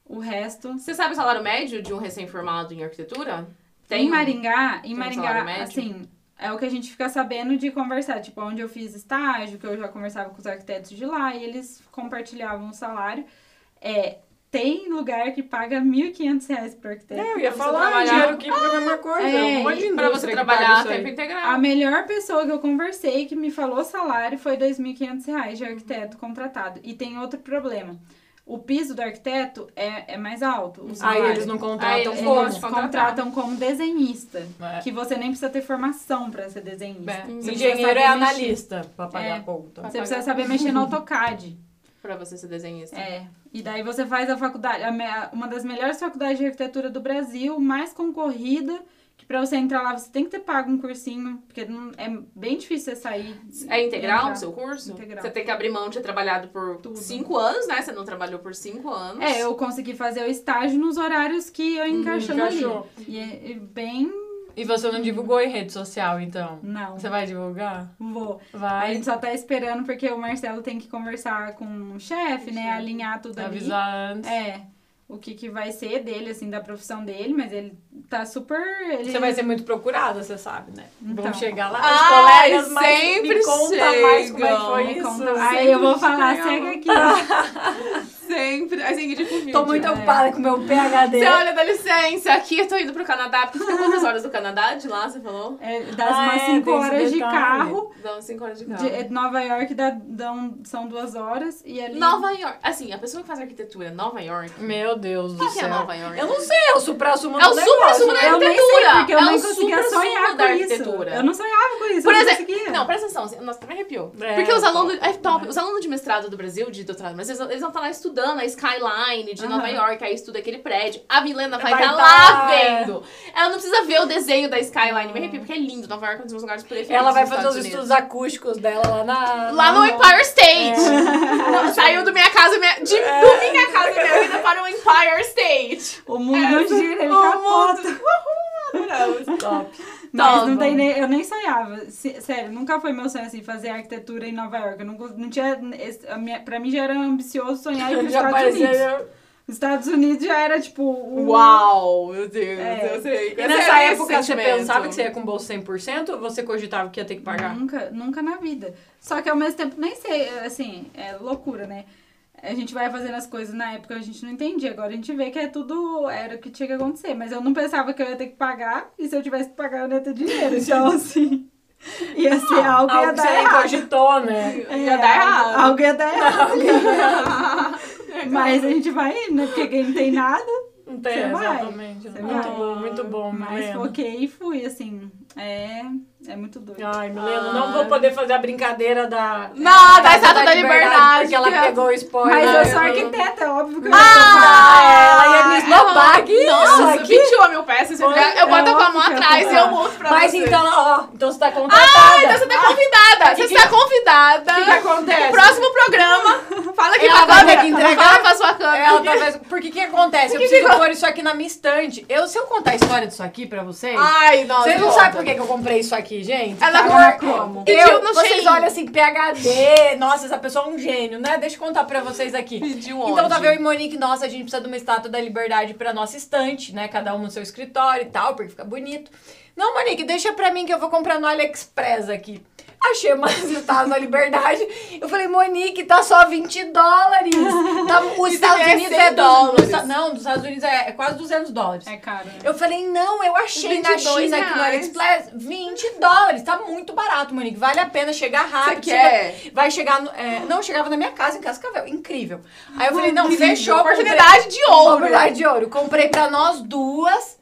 S4: O resto
S2: Você sabe o salário médio de um recém-formado em arquitetura?
S4: em
S3: Uhum.
S4: Maringá, em
S2: um
S4: Maringá,
S2: salário médio?
S4: assim, é o que a gente fica sabendo de conversar, tipo, onde eu fiz estágio, que eu já conversava com os arquitetos de lá e eles compartilhavam o salário. É, tem lugar que paga R$ 1.500 reais pro arquiteto.
S3: Eu
S2: Pra
S3: ia
S2: você
S3: falar,
S2: trabalhar.
S3: dinheiro que é a mesma coisa.
S4: É,
S3: um monte de
S2: Pra
S3: indústria
S2: você
S3: que
S2: trabalhar a
S3: paga isso
S2: tempo
S3: aí.
S4: A
S2: integral.
S4: melhor pessoa que eu conversei que me falou salário foi R$ 2.500 de arquiteto contratado. E tem outro problema. O piso do arquiteto é, é mais alto. O salário.
S3: Aí eles não
S2: Aí
S3: contratam
S2: eles
S4: Eles um
S2: não
S3: como?
S2: contratam.
S4: contratam como desenhista.
S3: É.
S4: Que você nem precisa ter formação pra ser desenhista.
S3: É,
S4: Você
S3: Engenheiro
S4: precisa
S3: é
S4: saber mexer.
S3: analista pra pagar
S4: É.
S3: a conta.
S4: Você precisa saber mexer no AutoCAD.
S2: Pra você ser desenhista.
S4: É. E daí você faz a faculdade, a me- a- uma das melhores faculdades de arquitetura do Brasil, mais concorrida, que pra você entrar lá você tem que ter pago um cursinho, porque não- é bem difícil você sair.
S2: É
S4: e
S2: integral
S4: entrar.
S2: o seu curso?
S4: Integral.
S2: Você tem que abrir mão de ter trabalhado por
S4: Tudo.
S2: cinco anos, né? Você não trabalhou por cinco anos.
S4: É, eu consegui fazer o estágio nos horários que eu encaixando
S3: Uhum. encaixou.
S4: ali. E é- é bem.
S3: E você não divulgou em rede social, então?
S4: Não,
S3: Você vai divulgar?
S4: vou. A
S3: Vai
S4: gente só tá esperando porque o Marcelo tem que conversar com o chefe, né? Alinhar
S3: Tá
S4: tudo ali.
S3: avisar antes.
S4: É. O que, que vai ser dele, assim, da profissão dele, mas ele tá super. Ele...
S3: É, Você vai ser muito procurada, você sabe, né?
S4: Então.
S3: Vão chegar lá os
S2: Ai,
S3: colegas, mas
S2: sempre
S3: me conta mais como é que
S2: chegam,
S3: foi
S2: me
S3: isso.
S2: conta. assim. Ah.
S3: Ai, Tá
S4: Aí eu vou
S2: Sempre
S4: falar,
S2: chegam.
S4: segue aqui.
S2: Sempre. Assim, tipo, vídeo.
S3: Tô muito ocupada com meu PHD.
S2: Você olha, dá licença, aqui eu tô indo pro Canadá. Porque fica quantas horas do Canadá de lá, você falou?
S4: É, das
S3: Ah,
S4: umas
S3: é,
S4: 5
S3: tem esse
S4: horas de
S3: detalhe.
S4: carro.
S2: Dá 5 horas de carro.
S4: De é, Nova York dá, dão, são duas horas. E ali.
S2: Nova York. Assim, a pessoa que faz arquitetura em Nova York.
S3: Meu Deus do
S2: Qual que é
S3: céu.
S2: Nova York?
S3: Eu não sei, é o supra-sumo
S2: É o
S3: do negócio. né?
S2: supra-sumo da
S3: Eu nem sei.
S2: arquitetura.
S4: Porque eu
S2: É
S4: não
S2: o
S4: conseguia
S2: supra-sumo da
S4: sonhar com isso.
S2: arquitetura.
S4: Eu não sonhava com isso.
S2: Por
S4: eu não
S2: exemplo,
S4: conseguia.
S2: não, presta atenção, assim, nossa, até me arrepiou.
S3: É,
S2: Porque os
S3: top.
S2: alunos, é top, os alunos de mestrado do Brasil, de doutorado, mas eles, eles vão estar lá estudando a skyline de Nova
S4: Aham.
S2: York, aí estuda aquele prédio. A Milena vai
S3: Vai
S2: estar lá
S3: tá, é.
S2: vendo. Ela não precisa ver o desenho da skyline, me arrepio, porque é lindo. Nova York é um dos meus lugares preferidos.
S3: Ela vai
S2: dos
S3: fazer os
S2: Estados Unidos.
S3: estudos acústicos dela lá na...
S2: Lá no Empire State!
S3: É.
S2: Saiu do minha casa, minha, de do minha casa, minha vida para o Empire State!
S4: O mundo não gira, ele
S2: é, o
S4: capota.
S2: mundo- Uhul, adoramos.
S3: Top.
S4: Mas
S2: Toma.
S4: não tem nem, eu nem sonhava. Se- sério, nunca foi meu sonho assim, fazer arquitetura em Nova York. Eu não, cons- não tinha. esse- a minha- pra mim já era ambicioso sonhar ir os
S3: Já
S4: Estados
S3: apareceu...
S4: Unidos. Os Estados Unidos já era tipo. o-
S2: Uau, meu Deus,
S4: É.
S2: eu sei.
S3: E
S2: Esse
S3: nessa
S2: é esse
S3: época, você
S2: sentimento.
S3: pensava que você ia com bolsa 100% ou você cogitava que ia ter que pagar?
S4: Nunca, nunca na vida. Só que ao mesmo tempo, nem sei, assim, é loucura, né? A gente vai fazendo as coisas na época, a gente não entendia. Agora a gente vê que é tudo, era o que tinha que acontecer. Mas eu não pensava que eu ia ter que pagar, e se eu tivesse que pagar, eu não ia ter dinheiro. Então, assim, ia ser algo,
S3: Ah, Algo
S4: ia
S3: que
S4: dar
S3: você nem
S4: errado.
S3: cogitou, né?
S4: É,
S2: Ia dar errado.
S4: Algo, algo ia dar errado. Mas a gente vai indo, né? Porque quem não tem nada,
S5: Não tem,
S4: Você vai.
S5: exatamente.
S4: Você
S5: muito
S4: vai. um
S5: bom, muito bom,
S4: Mas
S5: Milena.
S4: foquei e fui, assim. É, é muito doido.
S5: Ai, Milena, não
S2: Ah.
S5: vou poder fazer a brincadeira da...
S2: Não,
S3: tipo
S2: da Estátua da
S5: Porque
S2: Liberdade. é
S5: ela pegou o spoiler.
S4: Mas eu sou
S5: não-
S4: arquiteta, é óbvio que eu
S5: Ah, ela ia me esnobar que isso
S2: Nossa,
S5: aqui.
S2: 21 mil peças. Eu
S5: Olha,
S2: boto com a mão
S4: óbvio que eu
S2: atrás
S4: tô
S2: e eu monto pra
S5: Mas
S2: você.
S5: então, ó, então você tá
S2: Ah, então
S5: contratada.
S2: você tá convidada. Você está convidada.
S5: O que acontece?
S2: Próximo programa. Fala aqui pra
S3: Ela vai ter
S2: câmera.
S3: que entregar?
S2: Fala pra sua câmera.
S3: Ela tá fazendo- Porque que acontece? eu preciso pôr isso aqui na minha estante. Eu, se eu contar a história disso aqui pra vocês,
S2: Ai, nossa.
S3: vocês não sabem por que que eu comprei isso aqui, gente.
S2: Ela
S3: Agora,
S2: comprou. Pediu
S3: Eu,
S2: no
S3: vocês
S2: Shein.
S3: olham assim, PHD, nossa, essa pessoa é um gênio, né? Deixa eu contar pra vocês aqui.
S2: Pediu
S3: Então
S2: onde?
S3: tava eu e Monique, nossa, a gente precisa de uma estátua da liberdade pra nossa estante, né? Cada um no seu escritório e tal, porque fica bonito. Não, Monique, deixa pra mim que eu vou comprar no AliExpress aqui. Achei umas estátuas da liberdade. Eu falei, Monique, tá só 20 dólares. Tá, os Estados
S2: é
S3: Unidos
S2: 100
S3: é
S2: dólares.
S3: dólares. Não, dos Estados Unidos é, é quase 200 dólares.
S4: É caro. né?
S3: Eu falei, não, eu achei na
S2: 22
S3: X aqui no
S2: reais.
S3: AliExpress 20 dólares. Tá muito barato, Monique. Vale a pena chegar rápido.
S2: Você quer?
S3: Vai, vai chegar. No, é, não, chegava na minha casa em Cascavel. Incrível. Aí eu falei, não,
S2: Incrível.
S3: fechou.
S2: Oportunidade de ouro.
S3: Oportunidade de ouro. Comprei pra nós duas.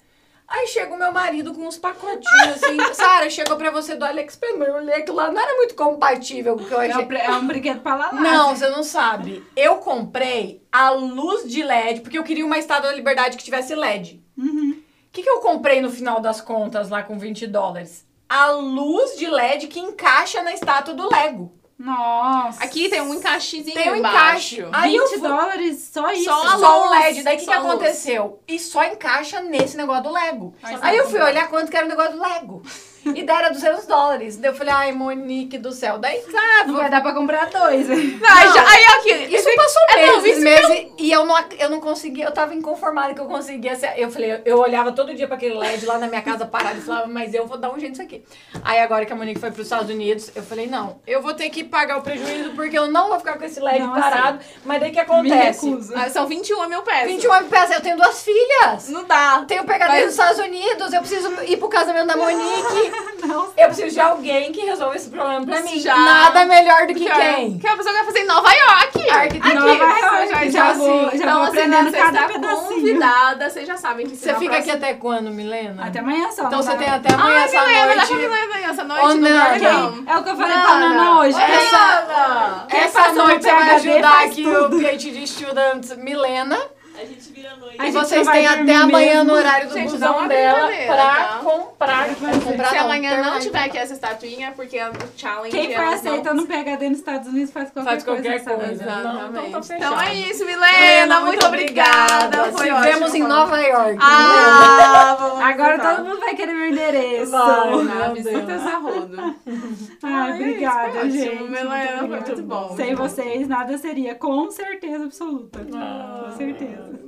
S3: Aí chega o meu marido com uns pacotinhos assim. Sara, chegou pra você do AliExpress. Mas eu olhei aquilo lá, não era muito compatível com o que eu
S4: É
S3: achei.
S4: um, pre- é um brinquedo pra
S2: Ah,
S4: lá.
S3: Não, você não sabe. Eu comprei a luz de LED, porque eu queria uma estátua da liberdade que tivesse LED.
S2: Uhum.
S3: O que, que eu comprei no final das contas lá com 20 dólares? A luz de LED que encaixa na estátua do Lego.
S4: Nossa.
S2: Aqui tem um encaixezinho
S3: Tem um
S2: embaixo.
S3: encaixe. Aí eu
S4: 20
S3: vou-
S4: dólares, só isso.
S2: Só a
S3: Só,
S2: luz,
S3: o LED. Daí o que,
S2: só
S3: que
S2: a luz.
S3: aconteceu? E só encaixa nesse negócio do Lego.
S4: Aí
S3: Aí eu
S4: você
S3: fui olhar quanto que era o negócio do Lego. E daí era 200 dólares. Daí eu falei, ai, Monique do céu. Daí, ah, sabe,
S4: Não vai dar pra comprar dois. hein?
S2: Não, já- aí aqui.
S3: Isso passou
S2: é, não,
S3: meses,
S2: isso
S3: meses, e eu não, ac- eu não conseguia, eu tava inconformada que eu conseguia. ser- Eu falei, eu, eu olhava todo dia pra aquele LED lá na minha casa parado e falava, mas eu vou dar um jeito nisso aqui. Aí agora que a Monique foi pros Estados Unidos, eu falei, não, eu vou ter que pagar o prejuízo porque eu não vou ficar com esse LED
S4: Não,
S3: parado. Mas daí o que acontece?
S4: recuso.
S2: Ah, São 21 mil peças.
S3: 21 anos peças, eu tenho duas filhas.
S2: Não dá.
S3: Tenho PHD
S2: Mas-
S3: nos Estados Unidos, eu preciso ir pro casamento da Monique.
S4: Não.
S3: Eu preciso de alguém que resolva esse problema pra mim.
S2: Já. é um
S3: Nada melhor do que
S2: Que
S3: quem?
S2: que a pessoa quer fazer em Nova York.
S3: Arquitetura.
S2: Aqui,
S4: Nova York,
S2: já,
S4: já
S2: já,
S4: vou- já
S2: então,
S4: vou
S2: assim,
S4: aprendendo
S2: você
S4: cada
S2: está
S4: pedacinho.
S2: convidada, vocês já sabem que
S3: Você
S2: na
S3: fica aqui
S2: próxima-
S3: até quando, Milena?
S4: Até amanhã só.
S3: Então
S4: não
S3: você
S4: dá.
S3: tem até amanhã
S2: Ai, é,
S3: essa
S2: Milena, dá pra
S3: noite.
S2: Milena aí essa noite
S3: Ô,
S2: no
S3: Nana.
S2: Dorcão.
S4: É o que eu falei pra Nana hoje.
S3: é
S2: Olha,
S4: Essa-
S2: Nana.
S3: Essa
S4: Essa
S3: noite
S4: noite
S3: você vai
S4: PhD
S3: ajudar
S4: faz
S3: aqui
S4: tudo.
S3: o PhD Student Milena.
S6: A gente vira noite.
S4: A
S3: E
S4: gente
S3: vocês
S4: não vai
S3: têm até
S4: dormir
S3: amanhã
S4: mesmo.
S3: no horário do
S2: Gente, dá uma
S3: busão dela
S2: brincadeira,
S3: pra
S2: tá?
S3: comprar. comprar
S2: Se
S3: não,
S2: amanhã
S3: terminar
S2: não
S3: de
S2: tiver aqui essa estatuinha, é porque a challenge...
S4: Quem for
S2: elas não-
S4: aceitando PHD nos Estados Unidos faz qualquer
S3: é Faz qualquer
S4: coisa.
S3: coisa.
S4: sabe?
S3: Não, então tá
S2: Exatamente.
S3: fechado.
S2: Então é isso, Milena. Muito obrigada. Foi
S3: Te
S2: ótimo
S3: vemos em
S2: falar.
S3: Nova York.
S2: Ah, vamos
S4: Agora
S2: voltar.
S4: todo mundo vai querer meu endereço.
S3: Vai. mundo-
S2: Na
S3: Meu
S2: visita
S3: Deus.
S2: Zarrodo.
S4: Ai,
S2: foi
S4: obrigada,
S2: ótimo,
S4: gente.
S2: Milena, foi muito bom.
S3: Ah.
S4: Sem vocês, nada seria, com certeza absoluta. Com certeza.